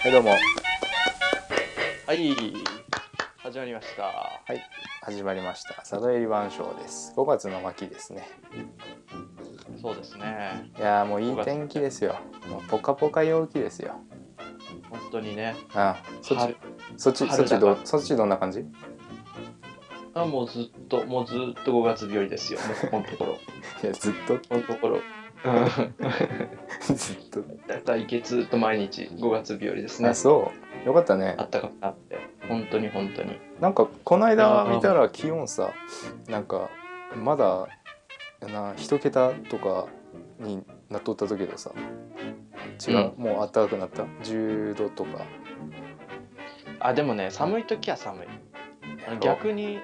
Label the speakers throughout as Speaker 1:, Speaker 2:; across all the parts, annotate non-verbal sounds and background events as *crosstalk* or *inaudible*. Speaker 1: はい、どうも。は
Speaker 2: はい、始まりました。
Speaker 1: い、始まりました。サドエリ番賞です。5月の巻ですね。
Speaker 2: そうですね。
Speaker 1: いやーもういい天気ですよ。もうポカポカ陽気ですよ。
Speaker 2: 本当にね。
Speaker 1: ああ、そっち
Speaker 2: 春、
Speaker 1: そっち、そっ
Speaker 2: 春
Speaker 1: ち
Speaker 2: だ
Speaker 1: ど
Speaker 2: な
Speaker 1: う、そっちどんな感じ
Speaker 2: あ、もうずっと、もうずっと5月日和ですよ。もうここのとこ
Speaker 1: *laughs*
Speaker 2: ろ。
Speaker 1: いや、ずっと、
Speaker 2: このところ。
Speaker 1: ずっと。
Speaker 2: だからいけずっと毎日5月日和ですね
Speaker 1: あ、。そう。よかったね
Speaker 2: あ。ったかくなって。本当に本当に。
Speaker 1: なんか、この間見たら気温さ、なんか、まだ、な、一桁とかになっとった時けどさ、違う、もう暖かくなった。10度とか。
Speaker 2: あ、でもね、寒い時は寒い。あの逆に
Speaker 1: うん。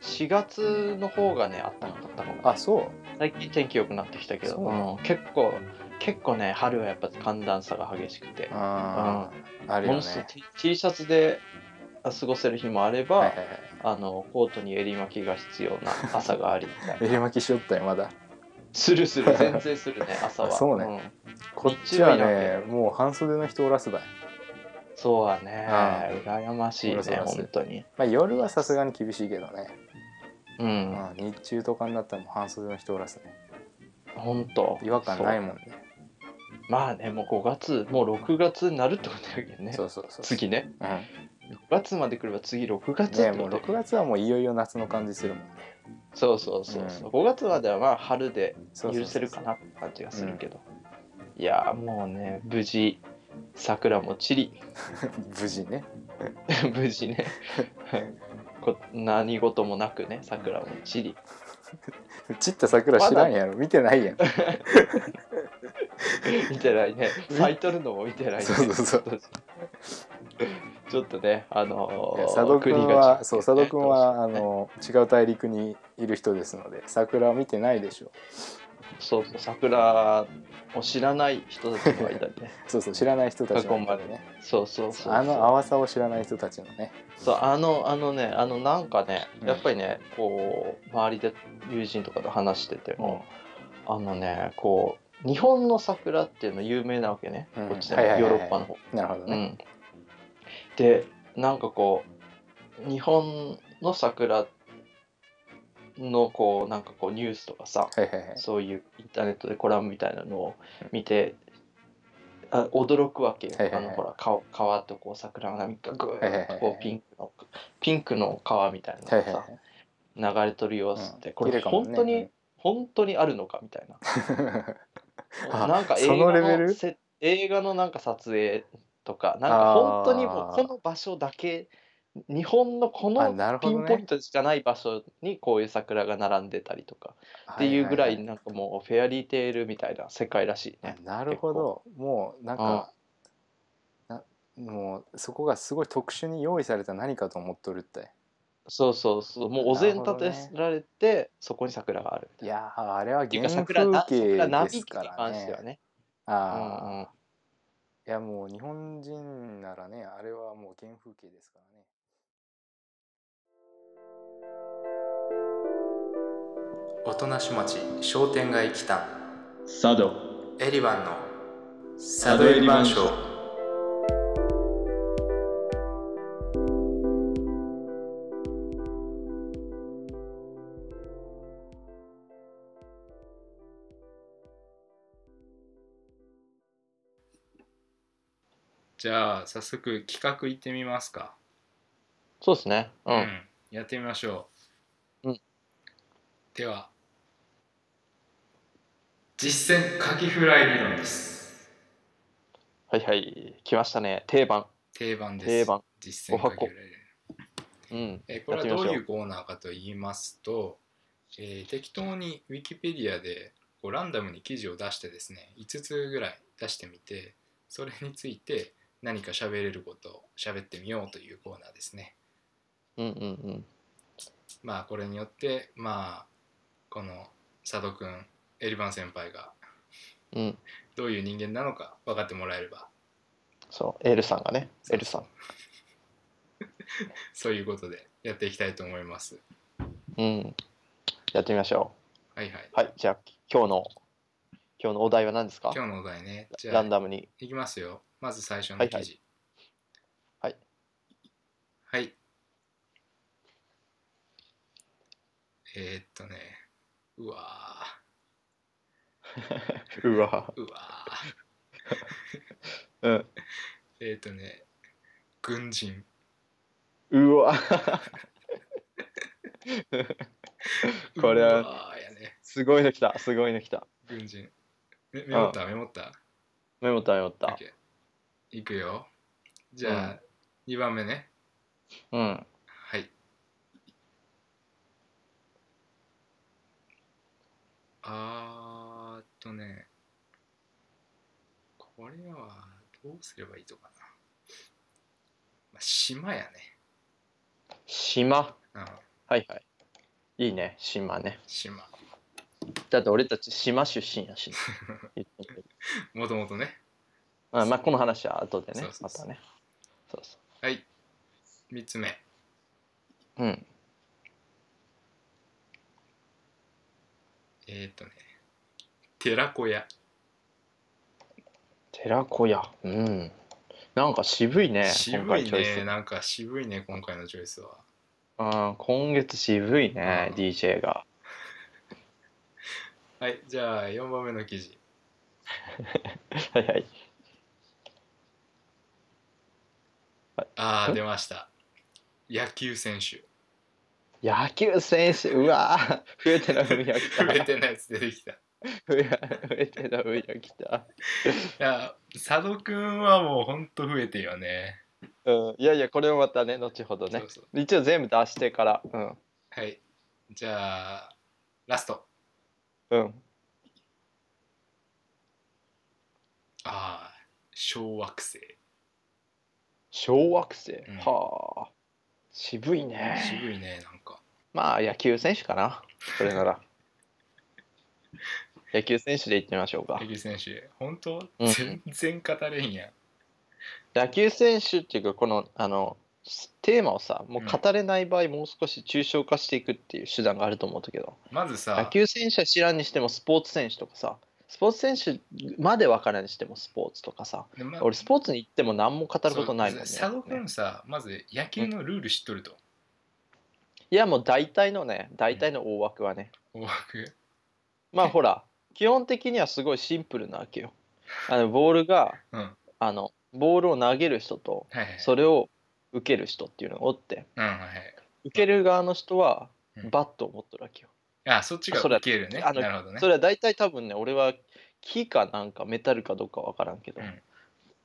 Speaker 2: 4月の方がね、あったかかったかも。
Speaker 1: あ、そう。
Speaker 2: 最近天気良くなってきたけど、
Speaker 1: そうな
Speaker 2: うん結構、結構ね、春はやっぱ寒暖差が激しくて。
Speaker 1: あーある
Speaker 2: も
Speaker 1: よ
Speaker 2: のすごい
Speaker 1: ね。
Speaker 2: T, T シャツであ過ごせる日もあれば、
Speaker 1: はいはいはい。
Speaker 2: あのコートに襟巻きが必要な朝がありみたいな
Speaker 1: 襟巻きしよったよまだ。
Speaker 2: する
Speaker 1: *laughs*
Speaker 2: する全然するね朝は
Speaker 1: あそうね
Speaker 2: ん
Speaker 1: こっちは
Speaker 2: 日中はい
Speaker 1: ねもう半袖の人おらすばい。
Speaker 2: そうはね
Speaker 1: ああ
Speaker 2: 羨ましいね
Speaker 1: 俺そうなんです
Speaker 2: 本当に
Speaker 1: まあ夜はさすがに厳しいけどね。
Speaker 2: う
Speaker 1: うんん日中とかになったらもう半袖の人おらすね。
Speaker 2: 本当
Speaker 1: 違和感ない
Speaker 2: ん
Speaker 1: もんね。
Speaker 2: まあねもう5月もう6月になるってことだけどね
Speaker 1: そうそうそう。
Speaker 2: 次ね
Speaker 1: うん。ね
Speaker 2: 6月まで来れば次6月って
Speaker 1: も
Speaker 2: こ
Speaker 1: う
Speaker 2: と
Speaker 1: 6月はもういよいよ夏の感じするもんね。
Speaker 2: そうそうそうそう、5月まではまあ春で
Speaker 1: そうそうそう
Speaker 2: 許せるかなって感じがするけどいやーもうね無事桜も散り
Speaker 1: 無事ね。
Speaker 2: *laughs* 無事ねこ何事もなくね桜も
Speaker 1: *laughs*
Speaker 2: 散り
Speaker 1: 散った桜知らんやろ。見てないや
Speaker 2: *laughs*
Speaker 1: ん。
Speaker 2: 見てないね咲いとるのも見てないね
Speaker 1: そうそうそう
Speaker 2: ちょっとねあの
Speaker 1: い
Speaker 2: ー、
Speaker 1: や佐渡君
Speaker 2: 国が散っ
Speaker 1: は
Speaker 2: て
Speaker 1: そう佐渡君はあ
Speaker 2: ね
Speaker 1: の違う大陸にいる人ですので桜を見てないでしょう。
Speaker 2: そうそう桜を知らない人たちもいたり
Speaker 1: *laughs*
Speaker 2: ね
Speaker 1: そうそう知らない人たちなんだよ
Speaker 2: 囲まれ。そうそうそうそう
Speaker 1: あの淡さを知らない人たちのね。
Speaker 2: そうあのあのねあのなんかね
Speaker 1: うん
Speaker 2: やっぱりね、こう周りで友人とかと話してても、あのねこう日本の桜っていうの有名なわけね、
Speaker 1: うん
Speaker 2: こっちで
Speaker 1: はいはい
Speaker 2: もヨ
Speaker 1: は
Speaker 2: ー
Speaker 1: い
Speaker 2: ロッパの方、
Speaker 1: なるほど
Speaker 2: う
Speaker 1: ね。
Speaker 2: ん、でなんかこう日本の桜のこうなんかこうニュースとかさ
Speaker 1: はいはいはい。
Speaker 2: そういうインターネットでコラムみたいなのを見て、あ驚くわけよ、
Speaker 1: はいはいはい
Speaker 2: あのほら川川とこう桜がなんかグー
Speaker 1: はいはいは
Speaker 2: ッ
Speaker 1: いは
Speaker 2: と
Speaker 1: い
Speaker 2: こうピンクの、ピンクの川みたいなの
Speaker 1: はい
Speaker 2: が
Speaker 1: はい
Speaker 2: さ
Speaker 1: は、い。
Speaker 2: 流れとる様子って、
Speaker 1: うん
Speaker 2: こ
Speaker 1: 綺
Speaker 2: れ
Speaker 1: 麗かもね
Speaker 2: 本当に、
Speaker 1: うん
Speaker 2: 本当にあるのかみたいな
Speaker 1: あ
Speaker 2: *laughs* なんか映
Speaker 1: そのレベ
Speaker 2: 画
Speaker 1: ル
Speaker 2: のせ映画のなんか撮影とかなんか本当にも
Speaker 1: あ
Speaker 2: う
Speaker 1: ー
Speaker 2: この場所だけ日本のこ
Speaker 1: あ
Speaker 2: の
Speaker 1: なるほ
Speaker 2: ピ
Speaker 1: ど
Speaker 2: ンポイ
Speaker 1: ね
Speaker 2: ン。トしかない場所にこういう桜が並んでたりとかっていうぐらい
Speaker 1: はは
Speaker 2: なんかもうフェアリーテールみたいな世界らしい
Speaker 1: は
Speaker 2: ね
Speaker 1: い。なるほど。もうなんか、なもうそこがすごい特殊に用意された何かと思っとるって。
Speaker 2: そうそうそうもうお膳立てられて、そこに桜があるみた
Speaker 1: い
Speaker 2: いな。
Speaker 1: やーあれは
Speaker 2: ってい
Speaker 1: 原
Speaker 2: うか
Speaker 1: 風
Speaker 2: 桜な桜
Speaker 1: 景
Speaker 2: 並
Speaker 1: です
Speaker 2: 木
Speaker 1: か
Speaker 2: に
Speaker 1: ら
Speaker 2: 関
Speaker 1: ね
Speaker 2: して。はね。
Speaker 1: ああ、
Speaker 2: うんうん
Speaker 1: いやもう日本人ならねあれはもう原風景ですからね。おとなし町商店街来た
Speaker 2: 佐渡
Speaker 1: エリバンの
Speaker 2: サドエリマンショ
Speaker 1: じゃあ早速企画いってみますか、
Speaker 2: そうですね。う。
Speaker 1: うんやってみましょう、
Speaker 2: うん
Speaker 1: では実践カキフライ理論です
Speaker 2: はいはい。来ましたね。定番。
Speaker 1: 定番です
Speaker 2: 定番。
Speaker 1: 実践
Speaker 2: お箱
Speaker 1: カキフライ理論
Speaker 2: うん。
Speaker 1: えーこれは
Speaker 2: やってみ
Speaker 1: どう
Speaker 2: ましょう
Speaker 1: いうコーナーかと言いますと、えー適当にウィキペディアでこうランダムに記事を出してですね5つぐらい出してみてそれについて何か喋れることを喋ってみようというコーナーですね。
Speaker 2: うんうんうん。
Speaker 1: まあこれによってまあこの佐渡くんエリバン先輩が
Speaker 2: うん。
Speaker 1: どういう人間なのか分かってもらえれば
Speaker 2: そう。エルさんがね。エルさん。
Speaker 1: そういうことでやっていきたいと思います。
Speaker 2: うん。やってみましょ
Speaker 1: はいはい。
Speaker 2: う。はい。じゃあ今日の今日のお題は何ですか
Speaker 1: 今日のお題ね。じゃ
Speaker 2: ラ
Speaker 1: あ
Speaker 2: ンダムに。
Speaker 1: いきますよ。まず最初
Speaker 2: は
Speaker 1: の
Speaker 2: いは
Speaker 1: 記
Speaker 2: い
Speaker 1: 事。はい。えー、っとね、うわ
Speaker 2: うわ
Speaker 1: ー、うわー。
Speaker 2: うん
Speaker 1: えー、っとね、軍人。
Speaker 2: うわ *laughs* これ
Speaker 1: う
Speaker 2: は
Speaker 1: わーやね、
Speaker 2: すごいの来たすごいの来た
Speaker 1: 軍人。メメモったメモった
Speaker 2: メモったメモっ
Speaker 1: OK
Speaker 2: た
Speaker 1: いくよ。じゃあ、
Speaker 2: うん
Speaker 1: 2番目ね。
Speaker 2: うん
Speaker 1: はい。あーっとね、これはどうすればいいのかな。まあ、島やね。
Speaker 2: 島
Speaker 1: うん、
Speaker 2: はいはいいいね島ね
Speaker 1: 島。
Speaker 2: だって俺たち島出身やし、
Speaker 1: *laughs*
Speaker 2: ね
Speaker 1: もともとね。
Speaker 2: あまあこの話は後でね
Speaker 1: そうそうそう
Speaker 2: またねそうそ
Speaker 1: はい。3つ目。
Speaker 2: ううん
Speaker 1: えーっとね、寺子屋。
Speaker 2: 寺子屋うんなんか渋いね今
Speaker 1: 渋
Speaker 2: 回
Speaker 1: い
Speaker 2: チョイス
Speaker 1: ね。なんか渋いね、今回のチョイスは。
Speaker 2: うん今月渋いね
Speaker 1: うん
Speaker 2: DJ が *laughs*
Speaker 1: はい。じゃあ、4番目の記事。
Speaker 2: はいはい
Speaker 1: ああ、
Speaker 2: ん
Speaker 1: 出ました。野球選手。 *laughs*
Speaker 2: 野球選手うわー *laughs* 増えてない分野来た
Speaker 1: 触れてないやつ出てきた。い
Speaker 2: *laughs* 増え増えてない分野来た
Speaker 1: や、佐渡くんはもうほんと増えてるよね。
Speaker 2: うんいやいやこれもまたね後ほどね
Speaker 1: そうそう。
Speaker 2: 一応全部出してからうん
Speaker 1: はい。じゃあ、ラスト。
Speaker 2: うん
Speaker 1: ああ、小惑星。
Speaker 2: 小惑星、
Speaker 1: うん
Speaker 2: はあ渋いね
Speaker 1: 渋いね、なんか。
Speaker 2: まあ野球選手かなそれな
Speaker 1: *laughs*
Speaker 2: ら野球選手でいってみましょうか
Speaker 1: 野球選手、ほんと
Speaker 2: うん
Speaker 1: 全然語れんやん。
Speaker 2: 野球選手っていうかこのあのテーマをさもう語れない場合、もう少し抽象化していくっていう手段があると思うんだけど
Speaker 1: まずさ
Speaker 2: 野、球選手は知らんにしてもスポーツ選手とかさスポーツ選手まで分からんにしてもスポーツとかさ
Speaker 1: でま
Speaker 2: 俺スポーツに行っても何も語ることないもんね
Speaker 1: そう佐渡くんさ、まず野球のルール知っとると。
Speaker 2: いやもう大体のね大体の大枠は
Speaker 1: *laughs*
Speaker 2: ね、
Speaker 1: 大枠。
Speaker 2: まあほら基本的にはすごいシンプルなわけよあのボールが
Speaker 1: うん。はい
Speaker 2: あのボールを投げる人と
Speaker 1: はい。
Speaker 2: それを受ける人っていうのがおって
Speaker 1: うん、はいはい。
Speaker 2: 受ける側の人は
Speaker 1: うん
Speaker 2: バットを持ってるわけよ、
Speaker 1: あ、そっちが
Speaker 2: それ
Speaker 1: 受けるね。
Speaker 2: あ
Speaker 1: な
Speaker 2: の
Speaker 1: るほどね
Speaker 2: そ。れは大体多分ね俺は木かなんかメタルかどうかわからんけど、
Speaker 1: うん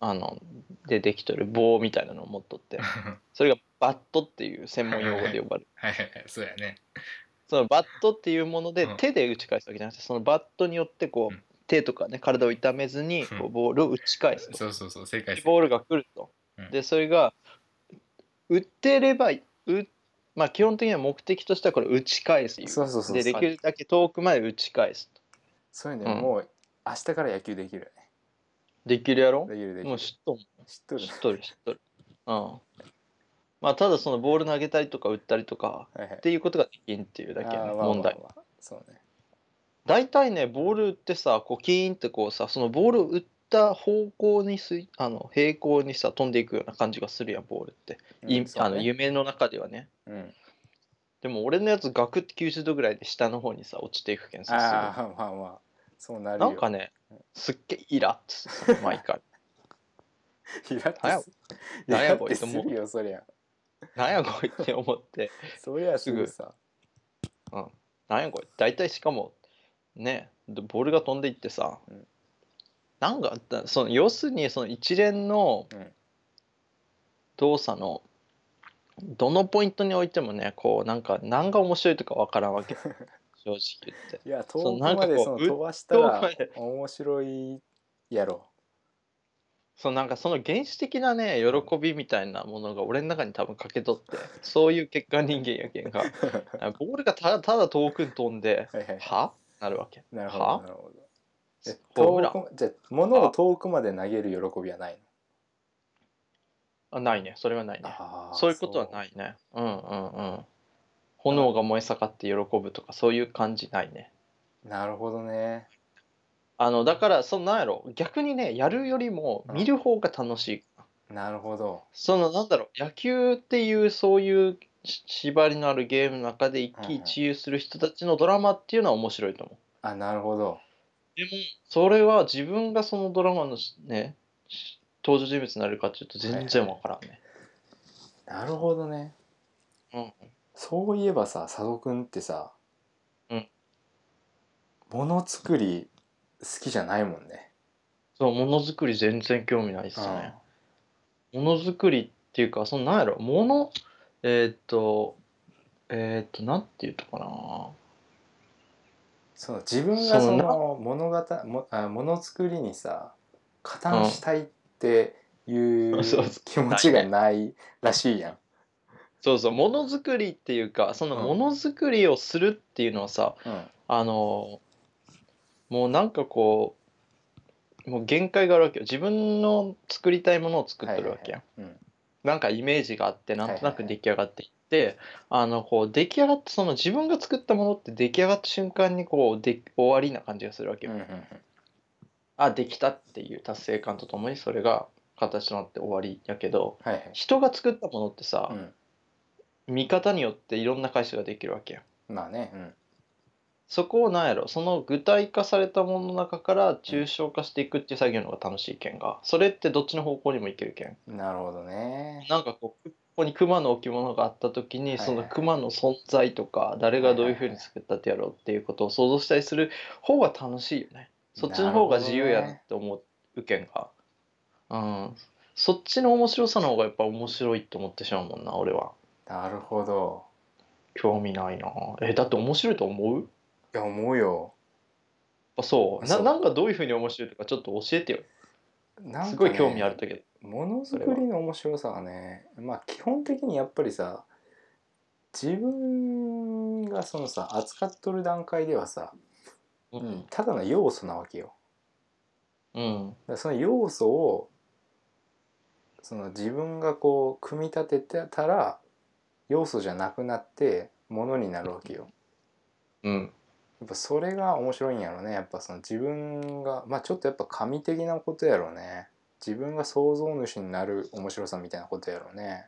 Speaker 2: あのでできとる棒みたいなのを持っとって
Speaker 1: *laughs* は
Speaker 2: それがバットっていう専門用語で呼
Speaker 1: *laughs*
Speaker 2: ばれる
Speaker 1: いはいはい、そうやね。
Speaker 2: そのバットっていうもので
Speaker 1: うん
Speaker 2: 手で打ち返すわけじゃなくてそのバットによってこう、
Speaker 1: うん
Speaker 2: 手とかね体を痛めずにこ
Speaker 1: う
Speaker 2: うボールを打ち返すと、
Speaker 1: そうそうそう、正解
Speaker 2: で
Speaker 1: する。
Speaker 2: ボールが来ると、
Speaker 1: うん
Speaker 2: でそれが打ってればうまあ基本的には目的としてはこれ打ち返す
Speaker 3: そうそうそう
Speaker 2: でできるだけ遠くまで打ち返すと
Speaker 3: そういう
Speaker 2: う
Speaker 3: の
Speaker 2: ん
Speaker 3: もう明日から野球できるよね
Speaker 2: できるやろ
Speaker 3: できるでき
Speaker 2: も
Speaker 3: る
Speaker 2: う
Speaker 3: 知っ
Speaker 2: 知っと
Speaker 3: と
Speaker 2: ん
Speaker 3: る
Speaker 2: 知っとる知っとるうんまあただそのボール投げたりとか打ったりとか
Speaker 3: はいは
Speaker 2: っ
Speaker 3: い
Speaker 2: ていうことができんっていうだけ
Speaker 3: あー
Speaker 2: の
Speaker 3: まあ
Speaker 2: 問題
Speaker 3: まあまあそうね
Speaker 2: 大体ねボールってさこうキーンってこうさそのボールを打った方向にすいあの平行にさ飛んでいくような感じがするやんボールって、い
Speaker 3: うんそう
Speaker 2: あの
Speaker 3: ね
Speaker 2: 夢の中ではね
Speaker 3: うん
Speaker 2: でも俺のやつガクって90度ぐらいで下の方にさ落ちていくけんさ
Speaker 3: あ
Speaker 2: す
Speaker 3: あまあまあそうな
Speaker 2: ぐ
Speaker 3: るよ *laughs*
Speaker 2: なんかねすっげえイラッとする毎回
Speaker 3: イラッ
Speaker 2: なんや
Speaker 3: とすイ
Speaker 2: なん
Speaker 3: ラ
Speaker 2: や
Speaker 3: ッ
Speaker 2: こといつ
Speaker 3: す
Speaker 2: も
Speaker 3: るよそりゃ
Speaker 2: なんやこいって思って
Speaker 3: そりゃすぐ
Speaker 2: す
Speaker 3: さ
Speaker 2: なんやこれ大体しかもねどボールが飛んでいってさ、
Speaker 3: うん
Speaker 2: なんかだその要するにその一連の
Speaker 3: うん
Speaker 2: 動作のどのポイントにおいてもねこうなんか何が面白いとかわからん
Speaker 3: *laughs*
Speaker 2: わけ正直言って
Speaker 3: いや遠
Speaker 2: そう
Speaker 3: く
Speaker 2: なん
Speaker 3: ま
Speaker 2: か
Speaker 3: で
Speaker 2: こう
Speaker 3: その
Speaker 2: う
Speaker 3: 飛ばしたら
Speaker 2: 遠くまで
Speaker 3: 面白いやろ
Speaker 2: そうなんかその原始的なね喜びみたいなものが俺の中に多分欠け取ってそういう結果人間やけん
Speaker 3: *laughs*
Speaker 2: がボールがただただ遠くに飛んで
Speaker 3: はいはい
Speaker 2: はなるわけ
Speaker 3: なるほど
Speaker 2: は
Speaker 3: なるほどえ
Speaker 2: ホームラン
Speaker 3: 遠くじゃあ物を遠くまで投げる喜びはないの
Speaker 2: あないねそれはないね
Speaker 3: あー
Speaker 2: そういうことはないね。うんうんうん。炎が燃え盛って喜ぶとかそういう感じないね。
Speaker 3: そうなるほどね
Speaker 2: あのだからそのなんやろ逆にねやるよりも見る方が楽しい。
Speaker 1: なるほど。
Speaker 2: そのなんだろう野球っていうそういうし縛りのあるゲームの中で一喜一憂する人たちのドラマっていうのは面白いと思う。
Speaker 1: あ、なるほど。
Speaker 2: それは自分がそのドラマのしねし登場人物になれるかっていうと全然わからんね。
Speaker 1: なるほどね。
Speaker 2: うん
Speaker 1: そういえばさ、佐渡くんってさ、
Speaker 2: うん
Speaker 1: もの作り好きじゃないもんね。
Speaker 2: そうものづくり全然興味ないっすね。ものづくりっていうかそのなんやろものえーっとえーっとなんていうのかな
Speaker 1: その自分がそ
Speaker 2: そうな
Speaker 1: の物語もあもの作りにさ加担したいっていう
Speaker 2: うん *laughs* そうそ
Speaker 1: 気持ちがないらしいやん。
Speaker 2: そうそうものづくりっていうかその
Speaker 1: うん
Speaker 2: ものづくりをするっていうのはさ
Speaker 1: うん、
Speaker 2: あのもうなんかこうもう限界があるわけよ自分の作りたいものを作ってるわけやん、
Speaker 1: はいはいはい
Speaker 2: なんかイメージがあってなんとな
Speaker 1: はいはいは
Speaker 2: く
Speaker 1: い
Speaker 2: 出来上がっていって、あのこう出来上がってその自分が作ったものって出来上がった瞬間にこうで終わりな感じがするわけ
Speaker 1: う
Speaker 2: よ、
Speaker 1: んうん
Speaker 2: あできたっていう達成感とともにそれが形となって終わりやけど
Speaker 1: はいはい。
Speaker 2: 人が作ったものってさ、見方によっていろんな解釈ができるわけやん
Speaker 1: うん、まあね、うん、
Speaker 2: そこをなんやろその具体化されたものの中から抽象化していくっていう作業の方が楽しいけんがそれってどっちの方向にもいけるけん
Speaker 1: なるほどね。
Speaker 2: なんかこうここに熊の置物があった時に
Speaker 1: はい
Speaker 2: その熊の存在とか誰がどういうふうに作ったってやろうっていうことを想像したりする方が楽しいよねそっちの方が自由やなって思うけんが、うんそっちの面白さの方がやっぱ面白いと思ってしまうもんな俺は
Speaker 1: なるほど。
Speaker 2: 興味ないなえだって面白いと思う
Speaker 1: いや思うよ。
Speaker 2: あそう
Speaker 1: そ
Speaker 2: な
Speaker 1: う
Speaker 2: なんかどういうふうに面白いとかちょっと教えてよ
Speaker 1: なんかね
Speaker 2: すごい興味あるんだけど
Speaker 1: ものづくりの面白さはねまあ基本的にやっぱりさ自分がそのさ扱っとる段階ではさ、
Speaker 2: う
Speaker 1: うん、ただの要素なわけよ。
Speaker 2: うん
Speaker 1: だからその要素をその自分がこう組み立ててたら要素じゃなくなってものになるわけよ。
Speaker 2: うん
Speaker 1: やっぱそれが面白いんやろねやっぱその自分がまあちょっとやっぱ神的なことやろね自分が創造主になる面白さみたいなことやろね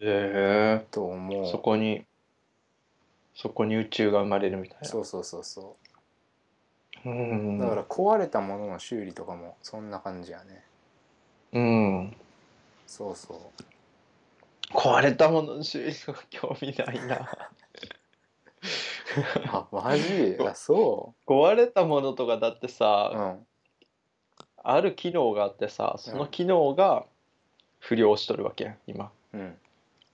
Speaker 2: へえ
Speaker 1: と思う
Speaker 2: そこにそこに宇宙が生まれるみたいな
Speaker 1: そうそうそうそうう、
Speaker 2: ん
Speaker 1: だから壊れたものの修理とかもそんな感じやね
Speaker 2: うん
Speaker 1: そうそう
Speaker 2: 壊れたものの修理とか *laughs* 興味ないな
Speaker 1: あマジ
Speaker 2: *laughs*
Speaker 1: あそ
Speaker 2: 壊れたものとかだって
Speaker 1: うう
Speaker 2: さ、
Speaker 1: ん
Speaker 2: ある機能があってさその機能が不良しとるわけやん今
Speaker 1: うん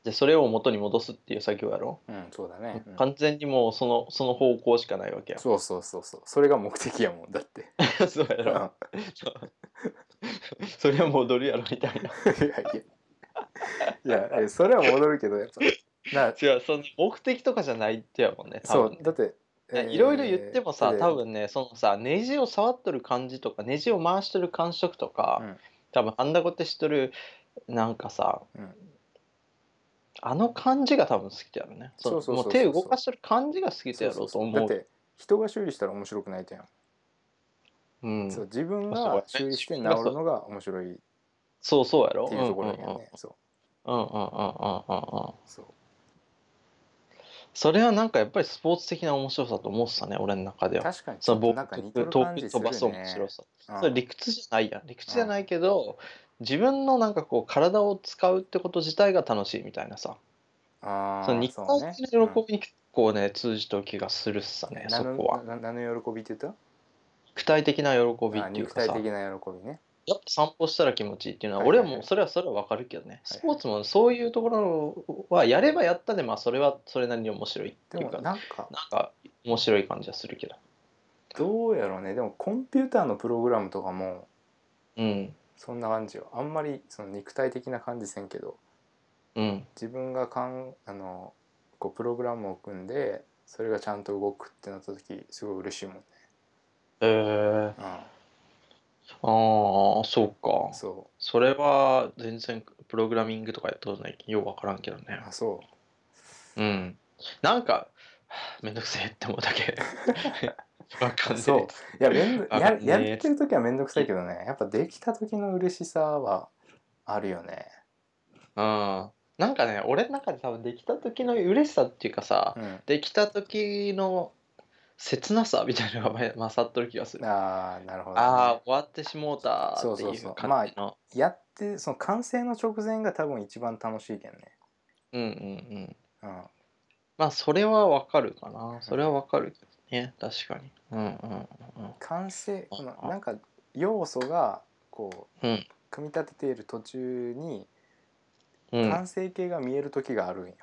Speaker 2: でそれを元に戻すっていう作業やろ、
Speaker 1: うんそうだね、うん
Speaker 2: 完全にもうそのその方向しかないわけやん
Speaker 1: そうそうそうそうそれが目的やもんだって
Speaker 2: *laughs* そうや
Speaker 1: うんい
Speaker 2: ろ。それは戻るやろみたいな。 *laughs*
Speaker 1: や *laughs* いやいやえそれは戻るけどやっぱな
Speaker 2: 違う、その目的とかじゃないってやもんね。多
Speaker 1: そ
Speaker 2: 分
Speaker 1: うだってえー
Speaker 2: いろいろ言ってもさ、
Speaker 1: えー
Speaker 2: 多分ね、そのさ、ネジを触っとる感じとか、ネジを回してる感触とか、
Speaker 1: うん
Speaker 2: 多分あんだこってしとる、なんかさ、
Speaker 1: うん
Speaker 2: あの感じが多分好きだよね。
Speaker 1: そうそうそうそう
Speaker 2: もう手動かしてる感じが好きだろうと思う。
Speaker 1: だって人が修理したら面白くないとやん、
Speaker 2: うん、
Speaker 1: そ
Speaker 2: そうう
Speaker 1: 自分
Speaker 2: まあそうだ
Speaker 1: が
Speaker 2: ね
Speaker 1: 修理して治るのが面白いっ
Speaker 2: そうやろ。
Speaker 1: ていうところやね、
Speaker 2: うんうんうんうんうんうん
Speaker 1: そう
Speaker 2: うんうん。
Speaker 1: そう
Speaker 2: それはなんかやっぱりスポーツ的な面白さと思ってたね、俺の中では。
Speaker 1: 確かにちょ
Speaker 2: その
Speaker 1: っと
Speaker 2: ボ
Speaker 1: なんか
Speaker 2: ー
Speaker 1: 似
Speaker 2: ル
Speaker 1: て
Speaker 2: と
Speaker 1: る
Speaker 2: 遠
Speaker 1: 感
Speaker 2: く
Speaker 1: じ
Speaker 2: に
Speaker 1: する
Speaker 2: 飛
Speaker 1: ね
Speaker 2: ばす面白さ。
Speaker 1: うん
Speaker 2: それ理屈じゃないやん理屈じゃないけど、自分のなんかこう体を使うってこと自体が楽しいみたいなさ
Speaker 1: あー
Speaker 2: その日
Speaker 1: そう
Speaker 2: 体
Speaker 1: ね
Speaker 2: 的な喜びに結構ね通じた気がするっす
Speaker 1: う
Speaker 2: ね
Speaker 1: ん
Speaker 2: そこは
Speaker 1: なな何の喜びって言った
Speaker 2: 具体的な喜び
Speaker 1: あ
Speaker 2: っていう
Speaker 1: 肉
Speaker 2: か
Speaker 1: 体
Speaker 2: さ
Speaker 1: 的な喜びね
Speaker 2: やっぱ散歩したら気持ちいいっていうのは
Speaker 1: はいはいは
Speaker 2: 俺
Speaker 1: い
Speaker 2: はもうそれはそれは分かるけどね
Speaker 1: はい
Speaker 2: スポーツもそういうところはやればやったでまあそれはそれなりに面白いって
Speaker 1: で
Speaker 2: い
Speaker 1: も
Speaker 2: うかな
Speaker 1: な
Speaker 2: ん
Speaker 1: んか
Speaker 2: か面白い感じはするけど
Speaker 1: どうやろうねでもコンピューターのプログラムとかも
Speaker 2: うん
Speaker 1: そんな感じよあんまりその肉体的な感じせんけど
Speaker 2: うん
Speaker 1: 自分がかんあのこうプログラムを組んでそれがちゃんと動くってなった時すごい嬉しいもんね、
Speaker 2: えー、ああそうか
Speaker 1: うん、そう
Speaker 2: それは全然プログラミングとかやったことないけどようわからんけどね。
Speaker 1: あそ
Speaker 2: うん。なんか、はぁめんどくせえって思うだ
Speaker 1: *laughs*
Speaker 2: け。わかん
Speaker 1: う
Speaker 2: ね
Speaker 1: そういやめんど
Speaker 2: *laughs* あ
Speaker 1: や
Speaker 2: ね
Speaker 1: やってる時は面倒くさいけどねやっぱできた時の嬉しさはあるよね。
Speaker 2: うんなんかね俺の中で多分できた時の嬉しさっていうかさ、
Speaker 1: うん。
Speaker 2: できた時の切なさみたいなのが勝っとる気がするあ
Speaker 1: ああ、なるほど、ね。
Speaker 2: あー終わってしもうたって
Speaker 1: そう
Speaker 2: い
Speaker 1: そうそうう
Speaker 2: 感じの
Speaker 1: やって、その完成の直前が多分一番楽しいけんね。
Speaker 2: うんうんうん
Speaker 1: うん。
Speaker 2: まあそれはわかるかなそれはわかるけどね確かにうんうん
Speaker 1: 完成
Speaker 2: あ
Speaker 1: このなんか要素がこう、
Speaker 2: うん
Speaker 1: 組み立てている途中に
Speaker 2: うんうん
Speaker 1: 完成形が見える時があるんよ、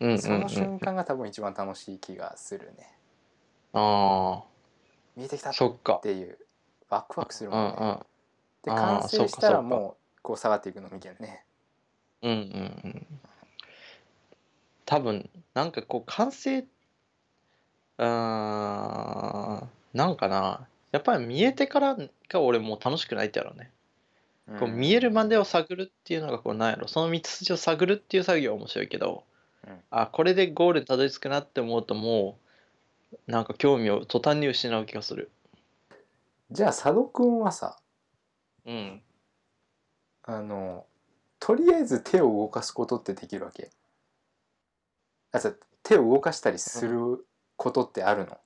Speaker 2: うんうん
Speaker 1: その瞬間が多分一番楽しい気がするね
Speaker 2: あ
Speaker 1: 見えてきた
Speaker 2: あ
Speaker 1: っ
Speaker 2: そっか
Speaker 1: ていうワクワクする
Speaker 2: う
Speaker 1: もんね、
Speaker 2: んうん
Speaker 1: で
Speaker 2: あー
Speaker 1: 完成したら
Speaker 2: そうかそうか
Speaker 1: もうこう下がっていくのみたいなね
Speaker 2: うんうんうん多分なんかこう完成うーんなんかなやっぱり見えてからが俺もう楽しくないってやろうね、こう見えるまでを探るっていうのがこうなんやろその道筋を探るっていう作業は面白いけど、
Speaker 1: うん
Speaker 2: あこれでゴールにたどり着くなって思うともうなんか興味を途端に失う気がする
Speaker 1: じゃあ佐渡君はさ
Speaker 2: うん
Speaker 1: あのとりあえず手を動かすことってできるわけあさ手を動かしたりすることってあるの、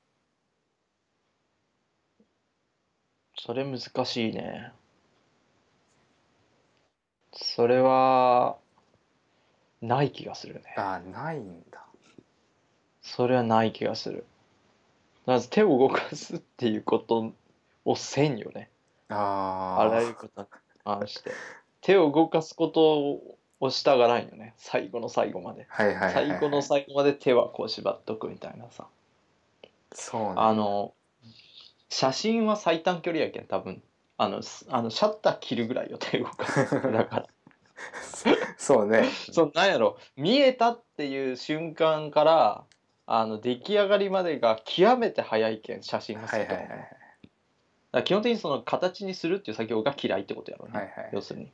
Speaker 2: それ難しいね。それは、ない気がするね。
Speaker 1: ああないんだ
Speaker 2: それはない気がする。まず手を動かすっていうことをせんよね。
Speaker 1: あ
Speaker 2: あらゆることに関して。手を動かすことをしたがらんよね。最後の最後まで。
Speaker 1: はいはいはい、
Speaker 2: 最後の最後まで手はこう縛っとくみたいなさ。
Speaker 1: そうね
Speaker 2: あの、写真は最短距離やけん、多分。あの、すあのシャッター切るぐらいよ、手を動か
Speaker 1: *laughs*
Speaker 2: す。だから。
Speaker 1: そうね
Speaker 2: そうなんやろ見えたっていう瞬間からあの出来上がりまでが極めて早いけん写真が
Speaker 1: はいはいはい
Speaker 2: だから基本的にその形にするっていう作業が嫌いってことやろね、
Speaker 1: はいはい
Speaker 2: 要するに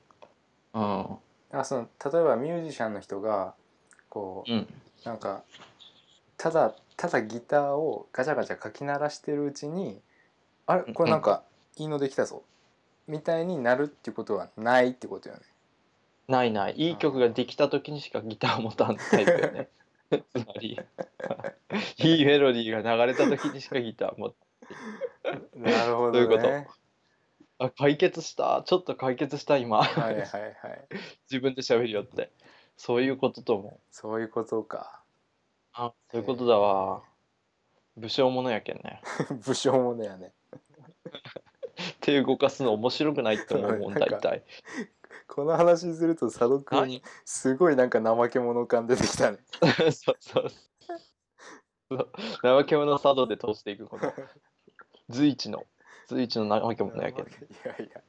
Speaker 2: うん
Speaker 1: あその例えばミュージシャンの人がこ
Speaker 2: うん
Speaker 1: うなんかただただギターをガチャガチャかき鳴らしてるうちにあれこれなんかいいのできたぞみたいになるっていうことはないってことよね
Speaker 2: ないないいい曲ができた時にしかギターを持たんタイプよ
Speaker 1: *laughs*
Speaker 2: ねつまりいいメロディーが流れた時にしかギター持たん
Speaker 1: なるほ
Speaker 2: どね
Speaker 1: どね
Speaker 2: あ解決したちょっと解決した今
Speaker 1: はいはいはい
Speaker 2: *laughs* 自分で喋るよってそういうことと思う
Speaker 1: そういうことか *laughs*
Speaker 2: あそういうことだわ。武将者やけんね。 *laughs*
Speaker 1: 武将もねやね
Speaker 2: 手動かすの面白くないって思うもん、
Speaker 1: そうなん
Speaker 2: 大
Speaker 1: か
Speaker 2: 体。
Speaker 1: この話すると佐渡君
Speaker 2: 何
Speaker 1: すごいなんか怠け者感出てきたね
Speaker 2: そう *laughs* そうそう。怠け者佐渡で通していく
Speaker 1: *laughs*
Speaker 2: こと。随一の、随一の怠け
Speaker 1: い
Speaker 2: 者やけん。い
Speaker 1: やいや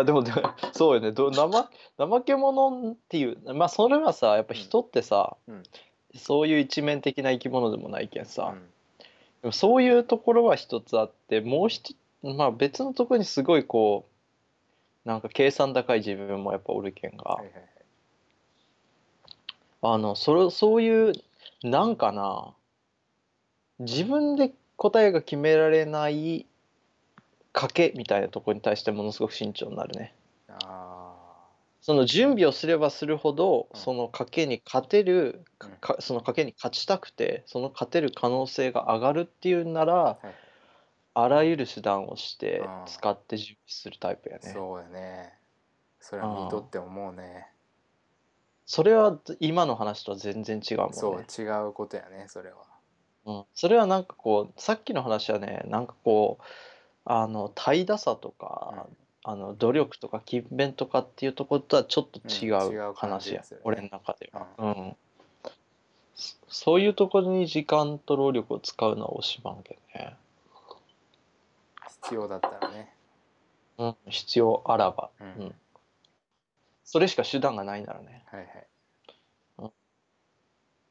Speaker 2: や、でも、でもそうよね。ど怠怠け者っていう、まあ、それはさ、やっぱ人ってさ、
Speaker 1: うん
Speaker 2: そういう一面的な生き物でもないけんさ、
Speaker 1: うん
Speaker 2: でもそういうところは一つあってもう一まあ別のところにすごいこうなんか計算高い自分もやっぱおるけんが、
Speaker 1: はいはいはい
Speaker 2: あのそれそういうなんかな自分で答えが決められない賭けみたいなところに対してものすごく慎重になるね。
Speaker 1: あ
Speaker 2: その準備をすればするほど
Speaker 1: うん
Speaker 2: その賭けに勝てる
Speaker 1: うん
Speaker 2: かその賭けに勝ちたくてその勝てる可能性が上がるっていうなら
Speaker 1: はい
Speaker 2: あらゆる手段をして
Speaker 1: あー
Speaker 2: 使って準備するタイプや
Speaker 1: あ
Speaker 2: ね
Speaker 1: そうやねそれは見とって思うね
Speaker 2: それは今の話とは全然違うもんね
Speaker 1: そう違うことやねそれは
Speaker 2: うん、それはなんかこうさっきの話はねなんかこうあの怠惰さとか、あの努力とか勤勉とかっていうところとはちょっと違
Speaker 1: うん違
Speaker 2: う
Speaker 1: う感じ
Speaker 2: 話や、
Speaker 1: ですよね
Speaker 2: 俺の中では、
Speaker 1: う
Speaker 2: うんそそういうところに時間と労力を使うのは惜しまんけどね、
Speaker 1: 必要だったらね
Speaker 2: うん、必要あらば
Speaker 1: うん
Speaker 2: うんそれしか手段がないならね
Speaker 1: はいはい